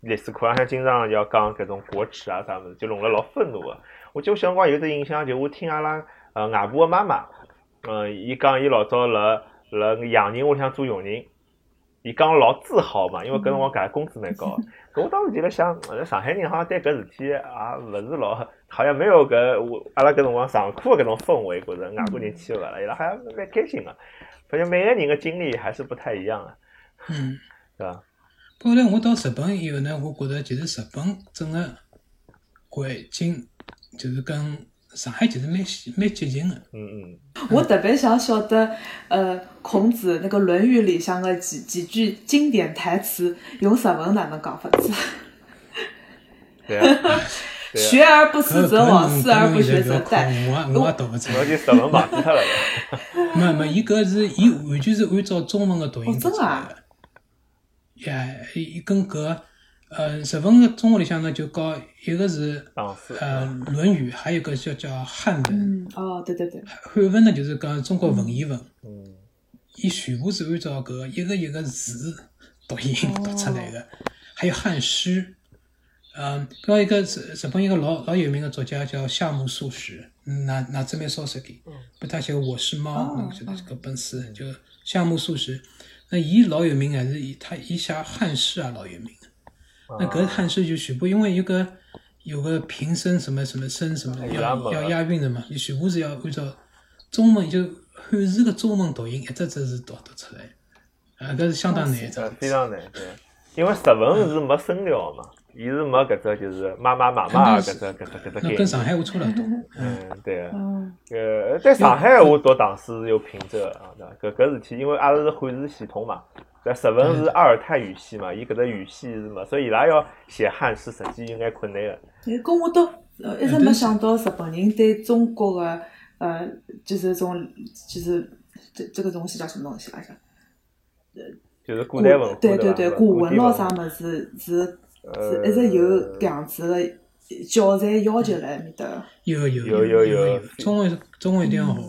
历史课浪向经常要讲搿种国耻啊啥物事，就弄了老愤怒个。我记得我小辰光有只印象，就我听阿拉呃外婆个妈妈，嗯，伊讲伊老早辣辣洋人屋里向做佣人，伊讲老自豪嘛，因为搿辰光搿工资蛮高。搿我当时就辣想，呃上海人好像对搿事体也勿是老，好像没有搿我阿拉搿辰光上课搿种氛围，觉着外国人去勿啦，伊拉好像蛮开心个。反正每个人的经历还是不太一样啊，
嗯。
对吧？
后来我到日本以后呢，我觉得其实日本整个环境就是跟上海其实蛮蛮接近的。
嗯嗯，
我特别想晓得，呃，孔子那个《论语》里向的几几句经典台词，用日文哪能讲法子？
对啊，对啊，
学而不
搿
思则罔，
搿
思而不学
搿
则
侬
殆。
现在不要哭我也我也读勿出
我就日文忘记掉了。
来。没没，伊搿是伊完全是按照中文的读音
哦
读
真
出
的
来
啊
的。呀，伊跟搿呃日文的中文里向呢，就搞一个是
当时，
呃《论语》，还有一个叫叫汉文。
嗯，哦，对对对，
汉文呢，就是讲中国文言文。
嗯，
伊全部是按照搿个一个一个字读音
哦
读出来的，还有汉诗。嗯，搿个一个日日本一个老老有名的作家叫夏目漱石，那那这边漱石给，不他写《我是猫》
嗯哦
那个就是搿本书，就夏目漱石。那伊老有名还啊
啊
是伊他伊写汉诗也老有名。那搿汉诗就全部因为一个有个平声什么什么声什么的，
伊拉
要
没
要
个
押韵的嘛，伊全部是要按照中文就汉字个中文读音一哎只只字读读出来，啊，搿是相当难一桩
呃
事
非
体。
常难对，因为日文是没声调嘛，伊是没搿只就是妈妈妈
肯
妈
嗯
搿
定是
只搿只搿只概
那跟
念。
上海话差勿多，
嗯，对个，
嗯，
呃，在上海话读唐诗是有凭证的啊，对伐？搿搿事体，因为阿拉是汉字系统嘛，搿日文
嗯
是阿尔泰语系嘛，伊搿只语系是嘛，所以伊拉要写汉诗，实际有眼困难个。
哎，搿我都呃一直没想到日本人嗯对中国的呃，就是种就是这这个东西叫什么东西来着？
就是古代文化
对
对
对对，
伐
古文咯
咯
啥物事是是
呃
一直有搿样子的教材要求辣埃面搭的。
有有
有
有
有
有
有，
中文中文一定要好个。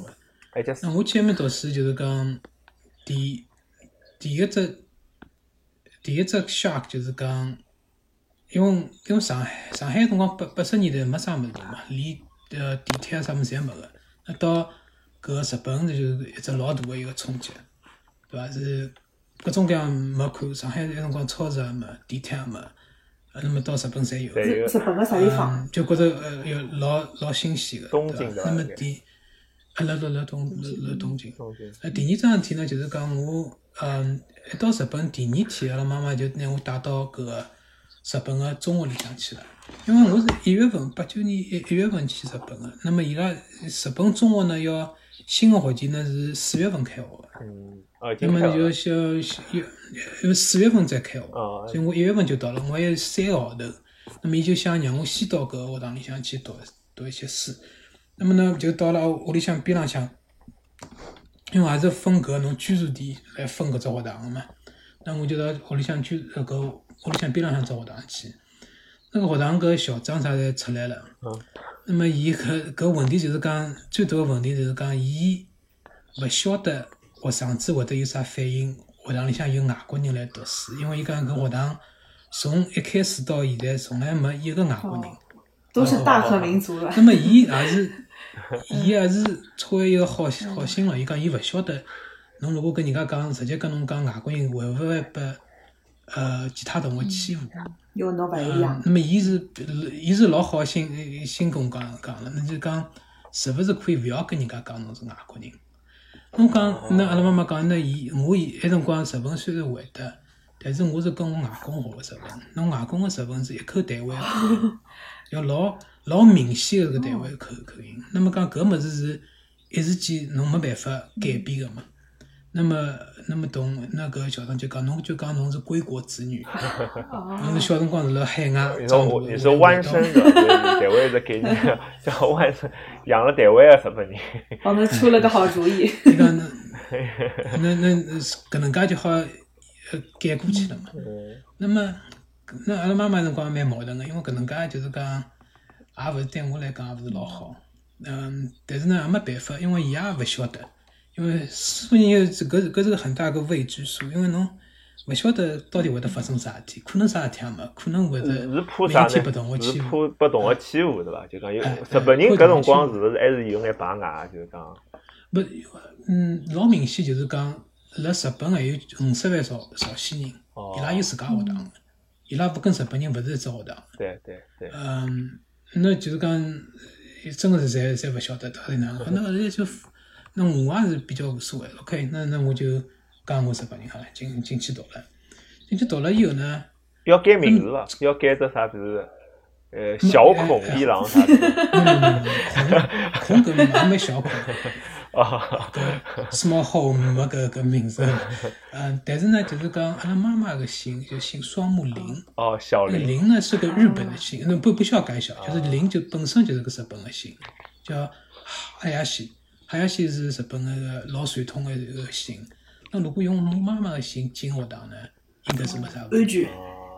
而且是
那
嗯
我前面读书就是讲，第第一只第一只 shark 就是讲，因为因为上海上海辰光八八十年代没啥物事嘛，连呃地铁啊啥物事侪没个。那到搿个日本就是一只老大个一个冲击，对伐？是各种各样没看，上海那辰光超市也没，地铁也没，呃，那么到日本侪有。
对
日
有
日本个啥地方？
嗯，就觉得呃有老老新鲜个，
东京
对
对
伐？
伐
那么
应该
第啊，辣辣辣东辣辣东京。
中间
呃，第二桩事体呢，就是讲我嗯一到日本第二天，阿拉妈妈就拿我带到搿个日本个中学里向去了。因为我是一月份，八九年一一月份去日本个，那么伊拉日本中学呢，要新个学期呢是四月份开学个。
嗯，哦，
那
今
么
天
呢，就小要要四月份再开学，
哦
所以我一月份就到了，我还有三个号头。那么伊就想让我先到搿个学堂里向去读读一些书。那么呢，就到了屋里向边浪向，因为也是分搿个侬居住地来分搿只学堂个嘛。那我就到屋里向居呃搿屋里向边浪向只学堂去。那个学堂搿校长啥侪出来了。
嗯
那么伊搿搿问题就是讲，最大个问题就是讲，伊勿晓得学生子会得有啥反应。学堂里向有外国人来读书，因为伊讲搿学堂从一开始到现在从来没一个外国人。
哦都是大和民族了。
那么伊也是，伊也是出于一个好好心了。伊讲伊勿晓得，侬如果跟人家讲，直接跟侬讲外国人会勿会被呃其他同学欺负？
因为侬勿一
嗯
样，，
那么伊是伊是老好心心跟我讲讲了，那就讲是勿是可以勿要跟人家讲侬是外国人？侬
哦
讲，那阿拉妈妈讲，那伊我伊埃辰光日文虽然会得，但是我是跟我外公学个日文，侬外公个日文是一口台 湾口音，要老老明显个搿台湾口口音。那么讲搿物事是一时间侬没办法改变个
嗯
嘛。那么，那么同那个校长就讲，侬就讲侬是归国子女，侬是小辰光是辣海外
你说
长大
我
的
你说弯身的，对台湾的给 你叫弯身，养了台湾的日本人，
帮侬哦出了个好主意。
伊讲 那那那那是搿能介就好呃改过去了嘛。
嗯
那么，那阿拉妈妈辰光也蛮矛盾个，因为搿能介就是讲，也勿是对我来讲也勿是老好。嗯，但是呢也没办法，因为伊也勿晓得，因为所以这搿搿是个很大个未知数，因为侬勿晓得到底会得发生啥事体，可能啥事体也没，可能会得
嗯是怕
每
啥
一
呢？
天被同学欺
是
负。
怕被同学欺负对伐？就讲有
哎
日本人
哎
搿辰光是勿是还是有眼排外？就是讲，
不，嗯，老明显就是讲，辣日本还有五十万朝朝鲜人
哦，
伊拉有自家学堂的，伊拉勿跟日本人勿是一只学堂。
对对对，
嗯，那就是讲，呃真个是侪侪勿晓得到底哪能好。那后来就，那我也是比较无所谓。OK，那那我就讲我日本人好了，进进去读了，进去读了以后呢，
要改
嗯
名字伐？要改只啥？比如呃，小
哎
孔一郎啥 的
嗯孔搿也没小孔。
啊，
small home 没搿搿名字，嗯，但是呢，就是讲阿拉妈妈个姓就姓双木林，
哦，小
那
林，
林呢是个日本的姓，那不不需要改
啊
小，就是林就本身就是个日本的姓，叫哈亚西，哈亚西是日本个老传统的一个姓。那如果用我妈妈的姓进学堂呢，应该是没啥问
安
题。
全，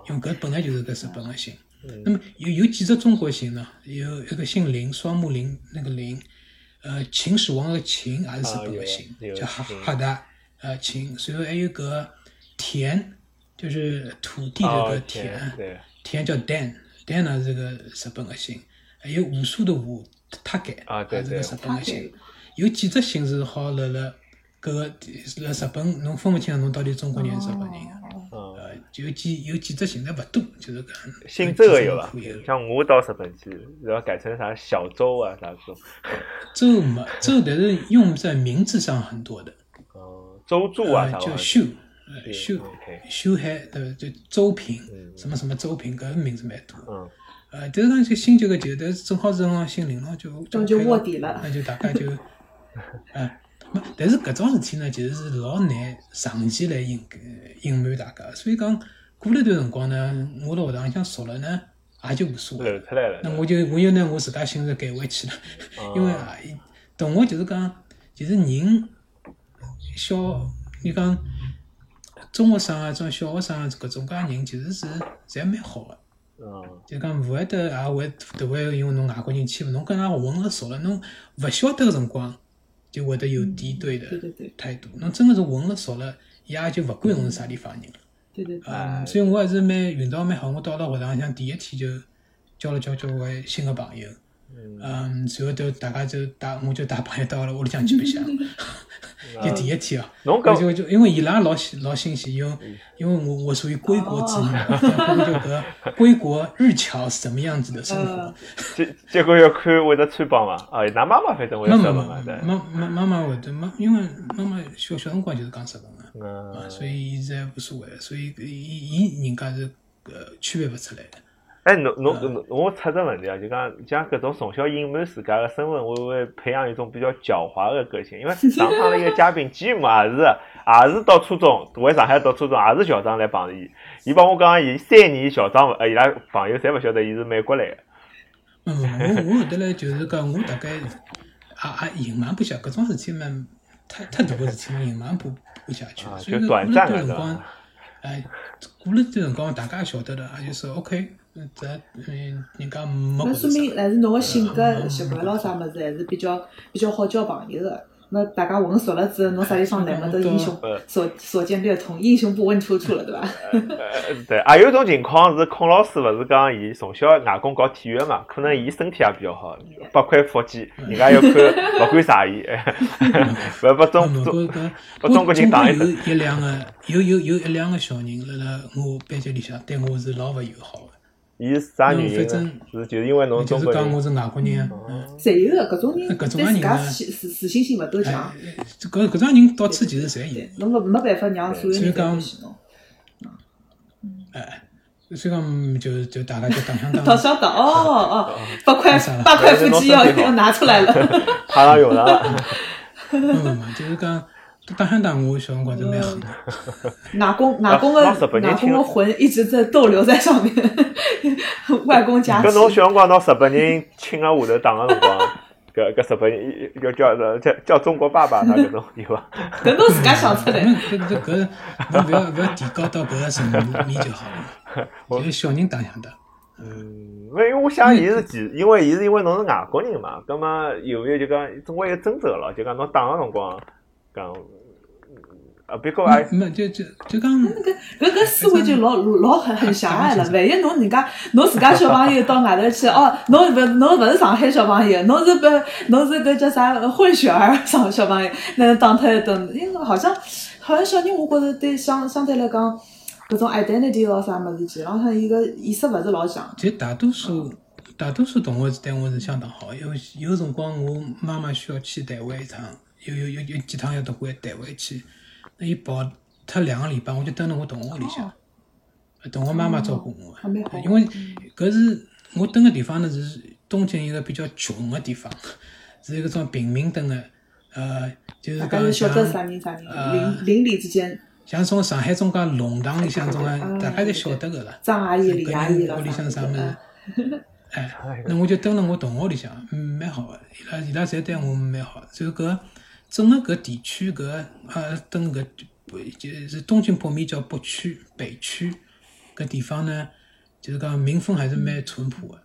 因为搿本来就是个日本个姓。
嗯
那么有有几只中国姓呢？有一个姓林，双木林那个林，呃，秦始皇个秦也是日本个姓
啊有，有
叫哈
秦
哈达，呃，秦。随后还有个田，就是土地的个
哦
田，
田对
田叫 Dan，Dan 呢是个日本个姓，还有武术的武，他改
啊对
也是个
对
日本个姓
Take。
有几只姓是好辣辣搿个辣日本，侬分勿清侬到底中国人还是日本人啊。
嗯
哦
呃，就有几有几只形态勿多，就是搿。
姓周个有伐
伐？？
像我到日本去，然后改成啥小周啊啥这种，
周嘛，周但是用在名字上很多的，
嗯，周助啊
呃
啥
叫
玩意
秀，呃
对
秀
，OK
秀海对呃伐？就周平
嗯，
什么什么周平，搿名字蛮多。
嗯，
呃，但是讲就新旧个旧，但是正好是辰光新领了，就
那就
就
卧底了
那就大家就， 呃，没，但是搿种事体呢，其实是老难长期来隐隐瞒大家，所以讲过了一段辰光呢，我辣学堂里向熟了呢，也就无所谓
露
了。
出来了。
那我就我又拿我自家心思改回去了，因为啊，同学就是讲，其实人小，你讲中学生啊，种小学生啊，搿种介人其实是侪蛮好个。
嗯，
就讲勿会得也会特会因为侬外国人欺负侬，跟㑚混了熟了，侬勿晓得个辰光就会得有敌对
对对
的
对
态度。侬真个是混了熟了，伊也就勿管侬是啥地方人了。
对对对，
哎
嗯，所以我还是蛮运道蛮好。我到了学堂里向第一天就交了交交关新个朋友。嗯，随后头大家就带我就带朋友到了屋里向去白相，就第一天哦。
侬
我嗯
搿
就就因为伊拉老喜老欣喜，因为因为我我属于归国子女， 我就得归国日侨是什么样子的生活
呃。
结结果要看会得穿帮伐？啊，㑚妈妈反正会得
妈
穿
妈
帮
妈
嘛，对。
妈妈妈妈会得妈，因为妈妈小小辰光就是讲日文的，
嗯，
所以伊在无所谓，所以伊伊人家是呃区别勿出来的。
哎，侬侬
嗯
侬，我插只问题啊，就讲像搿种从小隐瞒自家个身份，会勿会培养一种比较狡猾的个性？ 因为上趟的一个嘉宾吉姆也是，也是到初中，回上海到初中，也是校长来碰伊。伊帮我讲，伊三年校长，呃，伊拉朋友侪勿晓得伊是美国来的。
嗯，我我后头来就是讲，我大概也也隐瞒不下，搿种事体嘛，太太大个事体嘛，隐瞒不不下去
啊，
所以
就短
讲过
暂的
了段辰
对
光
吧，
哎，过了段辰光大家也晓得了，也就是 OK，嗯咱嗯人家没
那
觉
说
得啥
明还是侬个性格、习惯咯，啥物事还是比较比较好交朋友个。那大家混熟了之后，侬啥地方
嗯
来嘛都英雄
呃
所所见略同，英雄不问出处了，对伐？
呃，对，也有一种情况是，孔老师勿是讲伊从小外公搞体育的嘛，可能伊身体也比较好，八块腹肌，人家要看勿管啥伊， 勿要把
啊
中
不
中
过搿
把
我
中国人打一
有
顿
一两个，有有有一两个小人辣辣我班级里向对我是老勿友好
伊是啥
嗯
原因
反
呢
正？
是就是因为侬
个，就是
中国
讲
人
我。是外国人啊，嗯。
侪有个，搿种人
搿种
对自家
人呢
自自自信心勿够强，
哎搿搿种人到处其实侪有
对，，侬没没办法让所有人
所以
侪欢
讲
喜侬。
所以讲嗯就就大家就打相打
到晓得哦 哦，八块
啥
八块腹肌要
原来是侬身体好
要拿出来 了。
派上用场了。
没没没，就是讲打相打，我小辰光就蛮狠的。
外公外公的
那啊日本人
外公
听
的魂一直在逗留在上面， 外公家
搿侬
气。
小辰光到日本人亲个下头打个辰光，搿搿日本人要叫叫叫中国爸爸，那搿种有伐？
搿侬自家想出来
那。搿搿搿，侬勿要勿要提高到搿个层面就好了。就是小人打相打，
嗯，因为我想伊是其，因为伊是因为侬是外国人嘛，葛末有没有就讲总归有争执了，就讲侬打个辰光讲啊，别个还
没就就就讲
搿搿思维就老老很很狭隘 了。万一侬人家侬自家小朋友到外头去，哦，侬勿侬勿是上海小朋友，侬是不侬是搿叫啥混血儿上小朋友，那打他一顿，因为好像好像小人，我觉着对相相对来讲，搿种 identity 咯啥物事，其实浪向伊个意识勿是老强。
其实大多
嗯
数大多数同学是对我是相当好，有有辰光我妈妈需要去台湾一趟，有有有有几趟要到回台湾去，那伊跑他两个礼拜，我就蹲辣我同学屋里向，同学妈妈照顾我
哦还蛮好嗯
的，因为搿是我蹲个地方呢是东京一个比较穷个地方，是一个种平民蹲个，呃，就是
大
讲
家就晓得
像
啥人啥人，
呃
邻邻里之间
像从上海中介弄堂里向中
哦
介，大家侪晓得个啦。
张阿姨、李阿姨
搿
了
屋里向
啥
啥
物
物
事
事，哎，那我就蹲辣我同学屋里向，嗯，蛮好个，伊拉伊拉侪对我蛮好。所以搿整个搿地区搿啊，蹲搿北就是东京北面叫北区、北区搿地方呢，就是讲民风还是蛮淳朴个。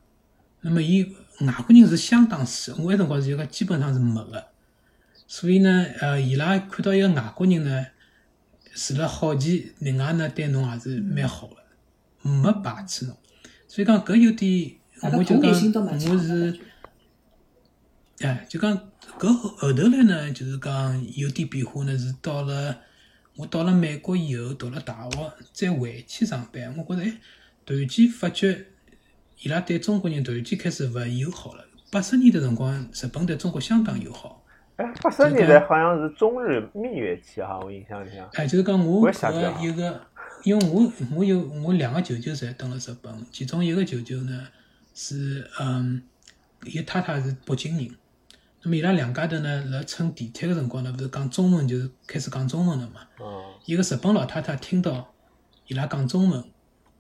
那么伊外国人是相当少，我埃辰光是一个基本上是没个。所以呢，呃，伊拉看到一个外国人呢，除了好奇，另外呢对侬也是蛮好个，没排斥侬。所以讲搿有点，
大家
我就
同理心都
讲
蛮强
我
的感
是
觉。
哎，就讲搿后头来呢，就是讲有点变化呢，是到了我到了美国以后，读了大学，再回去上班，我觉着，哎，突然间发觉，伊拉对中国人突然间开始勿友好了。八十年代辰光，日本对中国相当友好。
哎，八十年代好像是中日蜜月期哈，我印象里向。
哎，就是讲
我
我
也想
搿
起来
一个，因为我我有我两个舅舅侪蹲了日本，其中一个舅舅呢是嗯，伊太太是北京人，那么伊拉两家头呢辣乘地铁个辰光呢，勿是讲中文就是开始讲中文了嘛。
嗯，
一个日本老太太听到伊拉讲中文，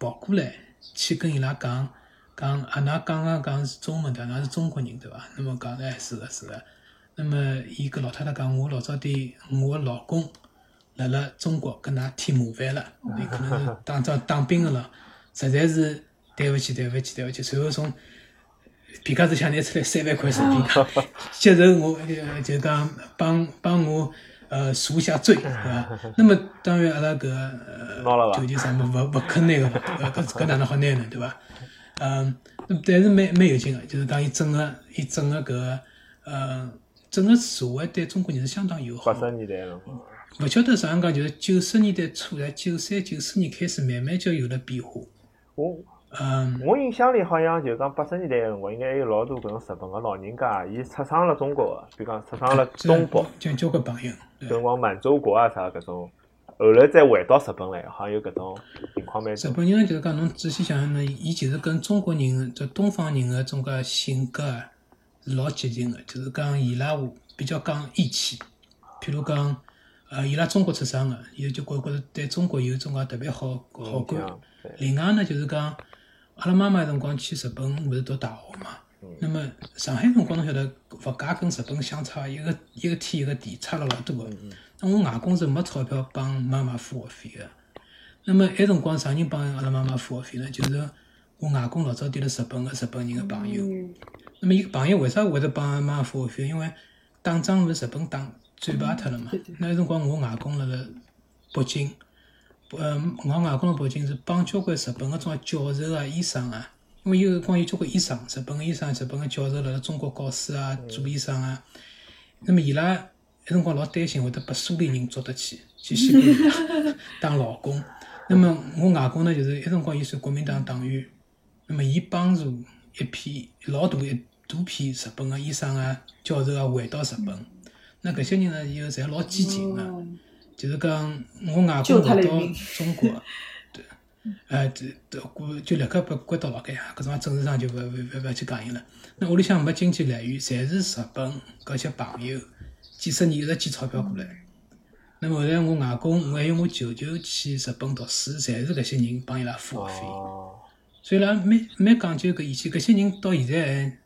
跑过来去跟伊拉讲讲啊，㑚刚刚讲是中文的，㑚是中国人对伐？那么讲哎，是的，是的。那么伊搿老太太讲，我老早对我的老公辣辣中国跟㑚添麻烦了，伊可能是当当当兵个了，实在是对勿起，对勿起，对勿起。随后从皮夹子向拿出来三万块人民币，接受我呃就讲帮帮我呃赎下 罪，对伐？那么当然阿拉搿
拿了
呃
伐
酒店啥么勿勿肯拿个嘛，对伐搿搿哪能好拿呢，对伐？嗯，那么但是蛮蛮有劲个，就是讲伊整个伊整个搿个呃整个社会对中国人是相当友好
八
的。
十年代辰光。
勿晓得啥能讲，就是九十年代初，在九三九四年开始慢慢就有了变化。
我
嗯，
我印象里好像就讲八十年代个辰光，应该还有老多搿种日本个老人家，伊出生了中国个，比如讲出生了东北，
交交关朋友，对
搿辰光满洲国啊啥搿种，后来再回到日本来，好像有搿种情况蛮
日
多。
本人呢，就是讲侬仔细想想呢，伊其实跟中国人这东方人的种个性格啊是老接近的，就是讲伊拉比较讲义气，譬如讲，呃，伊拉中国出生的，伊就觉觉着对中国有种个特别好好
印
感。
象对
另外呢，就是讲，阿拉妈妈辰光去日本，勿是读大学嘛
嗯。
那么上海辰光侬晓得，物价跟日本相差一个一个天一个地，差了老多个。那我外公是没钞票帮妈妈付学费个。那么埃辰光啥人帮阿拉妈妈付学费呢？就是我外公老早点了日本个日本人个
嗯
朋友。那么伊个朋友为啥会得帮阿妈付学费？因为打仗勿是日本打战败脱了嘛
对对。
那辰光我外公辣辣北京，呃，我外公辣北京是帮交关日本个种教授啊、医生啊，因为有辰光有交关医生，日本个医生、日本个教授辣辣中国教书啊、做医生啊。那么伊拉埃辰光老担心会得被苏联人捉得去，去西北当劳工。那么我外公呢，就是埃辰光伊是国民党党员，那么伊帮助一批老大一大批日本个医生啊、教授啊回到日本。那搿些人呢，伊又侪老激啊进
哦
个、
嗯
就是讲我外
救
公
他
回
了
到
一命
中国，对，呃，这这我就立刻被关到牢盖啊！搿种政治上就勿勿勿勿去讲伊了。那屋里向没经济来源，侪是日本搿些朋友，几十年一直寄钞票过来。那么后来我外公，我还有我舅舅去日本读书，侪是搿些人帮伊拉付学费。
哦，
所以啦，蛮蛮讲究搿意见，搿些人到现在还，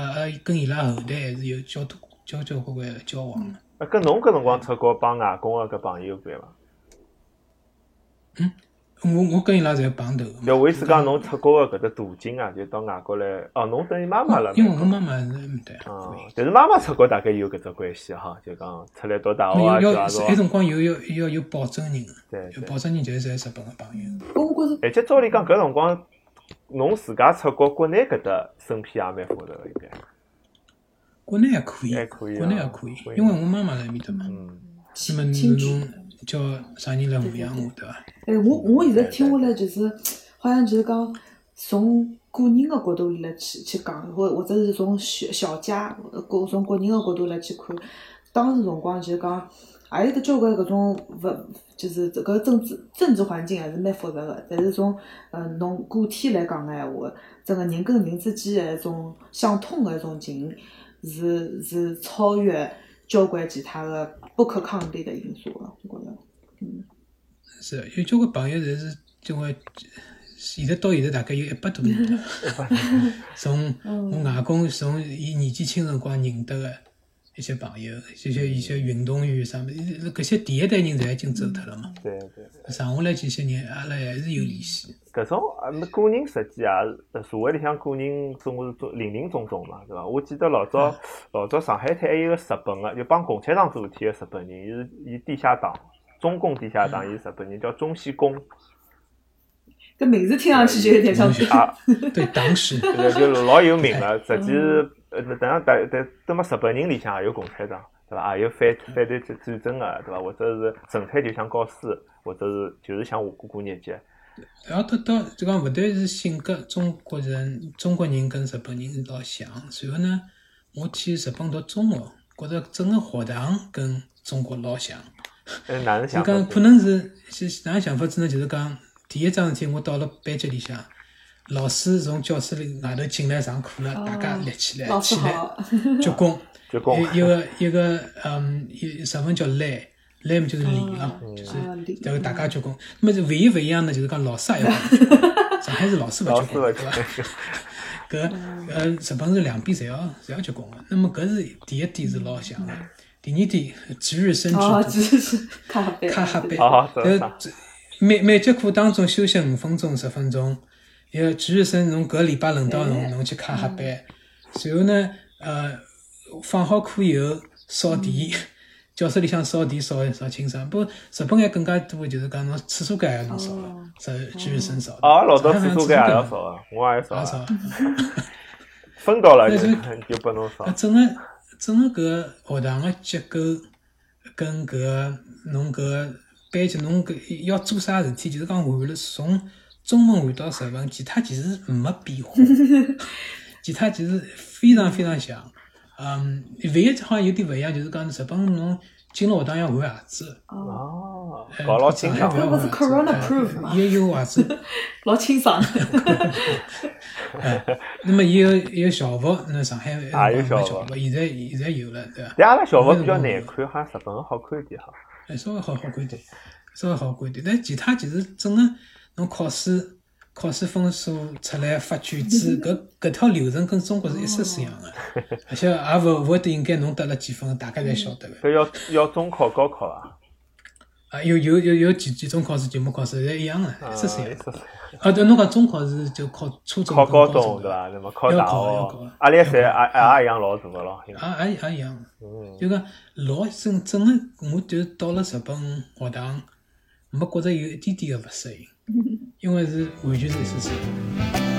呃，呃跟伊拉后代还是有交多交交关关交往的。
啊，搿侬搿辰光出国帮外公个搿朋友对伐？嗯
我我跟伊拉侪碰头的嘛。
就为此讲侬出国个搿只途径啊，就到外国来，哦，侬等于妈妈了。
因为我妈妈是嗯对，
哦
可以，
但是妈妈出国大概有搿只关系哈，就讲出来读大学啊，
那
对
要要
伐？
是
是
埃
伐
辰光有要要有保证人的，
对
有
对。
保证人就是在日本的朋友。
搿我觉着
而且照理讲，搿辰光侬自家出国，国内搿搭审批也蛮复杂个，应该。
国内还可以，
还可以啊
国内还可以
可以，
因为我妈妈在埃面搭嘛。
嗯，
那么
亲
侬
戚
侬叫啥人来抚养我，对伐？
哎，我我现在听下来就是，好像就是讲从个人的角度来去去讲，或或者是从小小家呃个从个人的角度来去看，当时辰光就是讲，也有得交关搿种勿就是搿政治政治环境还是蛮复杂个，但是从呃侬个体来讲个闲话，整个人跟人之间的一种相通的一种情，是是超越交关其他的不可抗力的因素了，我觉着。
是有交关朋友侪是交关，现在到现在大概有一百多年了。 从
嗯
我外公从伊年纪轻辰光认得个一些朋友，一些一些运动员啥物事，搿些第一代人侪已经走脱了嘛。
对对。
剩下来几些人，阿拉还是
嗯
有联系。
搿种啊，那个人实际也是呃社会里向个人总是总林林总总嘛，对伐？我记得老
嗯
早老早上海滩还有个日本个，就帮共产党做事体个日本人，伊是伊地下党，中共地下
嗯
党，伊是日本人，叫中西公，
嗯搿名字听上去就有点像是
啊，
对，党史
对就老有名个，实际是呃，
嗯
那当然，但但那么日本人里向也有共产党，对伐？也有反
嗯
反对战战争个，对伐？或者是纯粹就想搞事，或者是就是想过过日节。
然后到到就讲，勿但是性格，中国人中国人跟日本人是老像。然后呢，我去日本读中学，觉着整个学堂跟中国老像。
呃，哪能
就
想法？
讲可能是是哪能想法，只能就是讲第一桩事体，我到了班级里向，老师从教室里外头进来上课了，
哦
大家立起来
老师
起来
好，啊
鞠躬，
鞠躬
一一个一个嗯，一日文叫礼，礼嘛就是礼啊，
嗯
就是
啊礼
然后大家鞠躬。那么是唯一勿一样的就是讲老师也要鞠躬，上海是老师勿
老师
鞠躬，
勿
对
去
伐？搿呃，日本是两边侪要侪要鞠躬个。那么搿是第一点是老像个，第二点值日生制
哦，
度。
只是看黑
卡哈贝，
哦懂了
呃，这每每节课当中休息五分钟、十分钟，一个值日生侬搿礼拜轮到侬，侬去卡哈班，随后呢，呃，放好课以后扫地， 教室里向扫地扫扫清爽。不过日本还更加多，就是讲侬厕所间也要侬扫了，值值日生扫哎的。
啊，老早
上
厕
海好像
所间也要
厕所
扫啊，我也
间
扫啊
也要，扫。
分到了就
那就
就拨侬扫
啊，。整个整个搿学堂个结构跟搿个侬搿个班级侬搿要做啥事体，就是讲换了从中文换到日文，其他其实是没变化， 其他其实非常非常像。嗯，唯一好像有点勿一样，就是讲日本侬进了学堂要换鞋子，
哦，
哦
呃，
搞老清爽
上海。勿要
这
换
不是 corona
鞋子
proof 吗
呃也有鞋子。
老清爽，
那么也有也有校服，那上海
啊有
没
校服
服，现在现在有了，对伐？
哎但阿拉小学比较难看，好像日本好看一点哈。
哎，稍微好好看一点，稍微好看一点。但其他其实整个侬考试考试分数出来发卷子，搿搿条流程跟中国是一式式样的，而且也勿会得应该侬得了几分，大概侪晓得个。
所以要要中考、高考 啊。
啊，有有有有几几种考试、期末考试侪一样的，
啊
一式式样
意
的。
思是
啊，对，侬讲中考是就考初中
考
跟
高
中
中对伐？那么考
要
大
考要考
学，压力侪也
要
也也一样老大个咯。
啊，也也一样。
嗯，
就讲老真真个，我就到了日本学堂，没觉着有一点点个勿适应，因为是完全是一次性。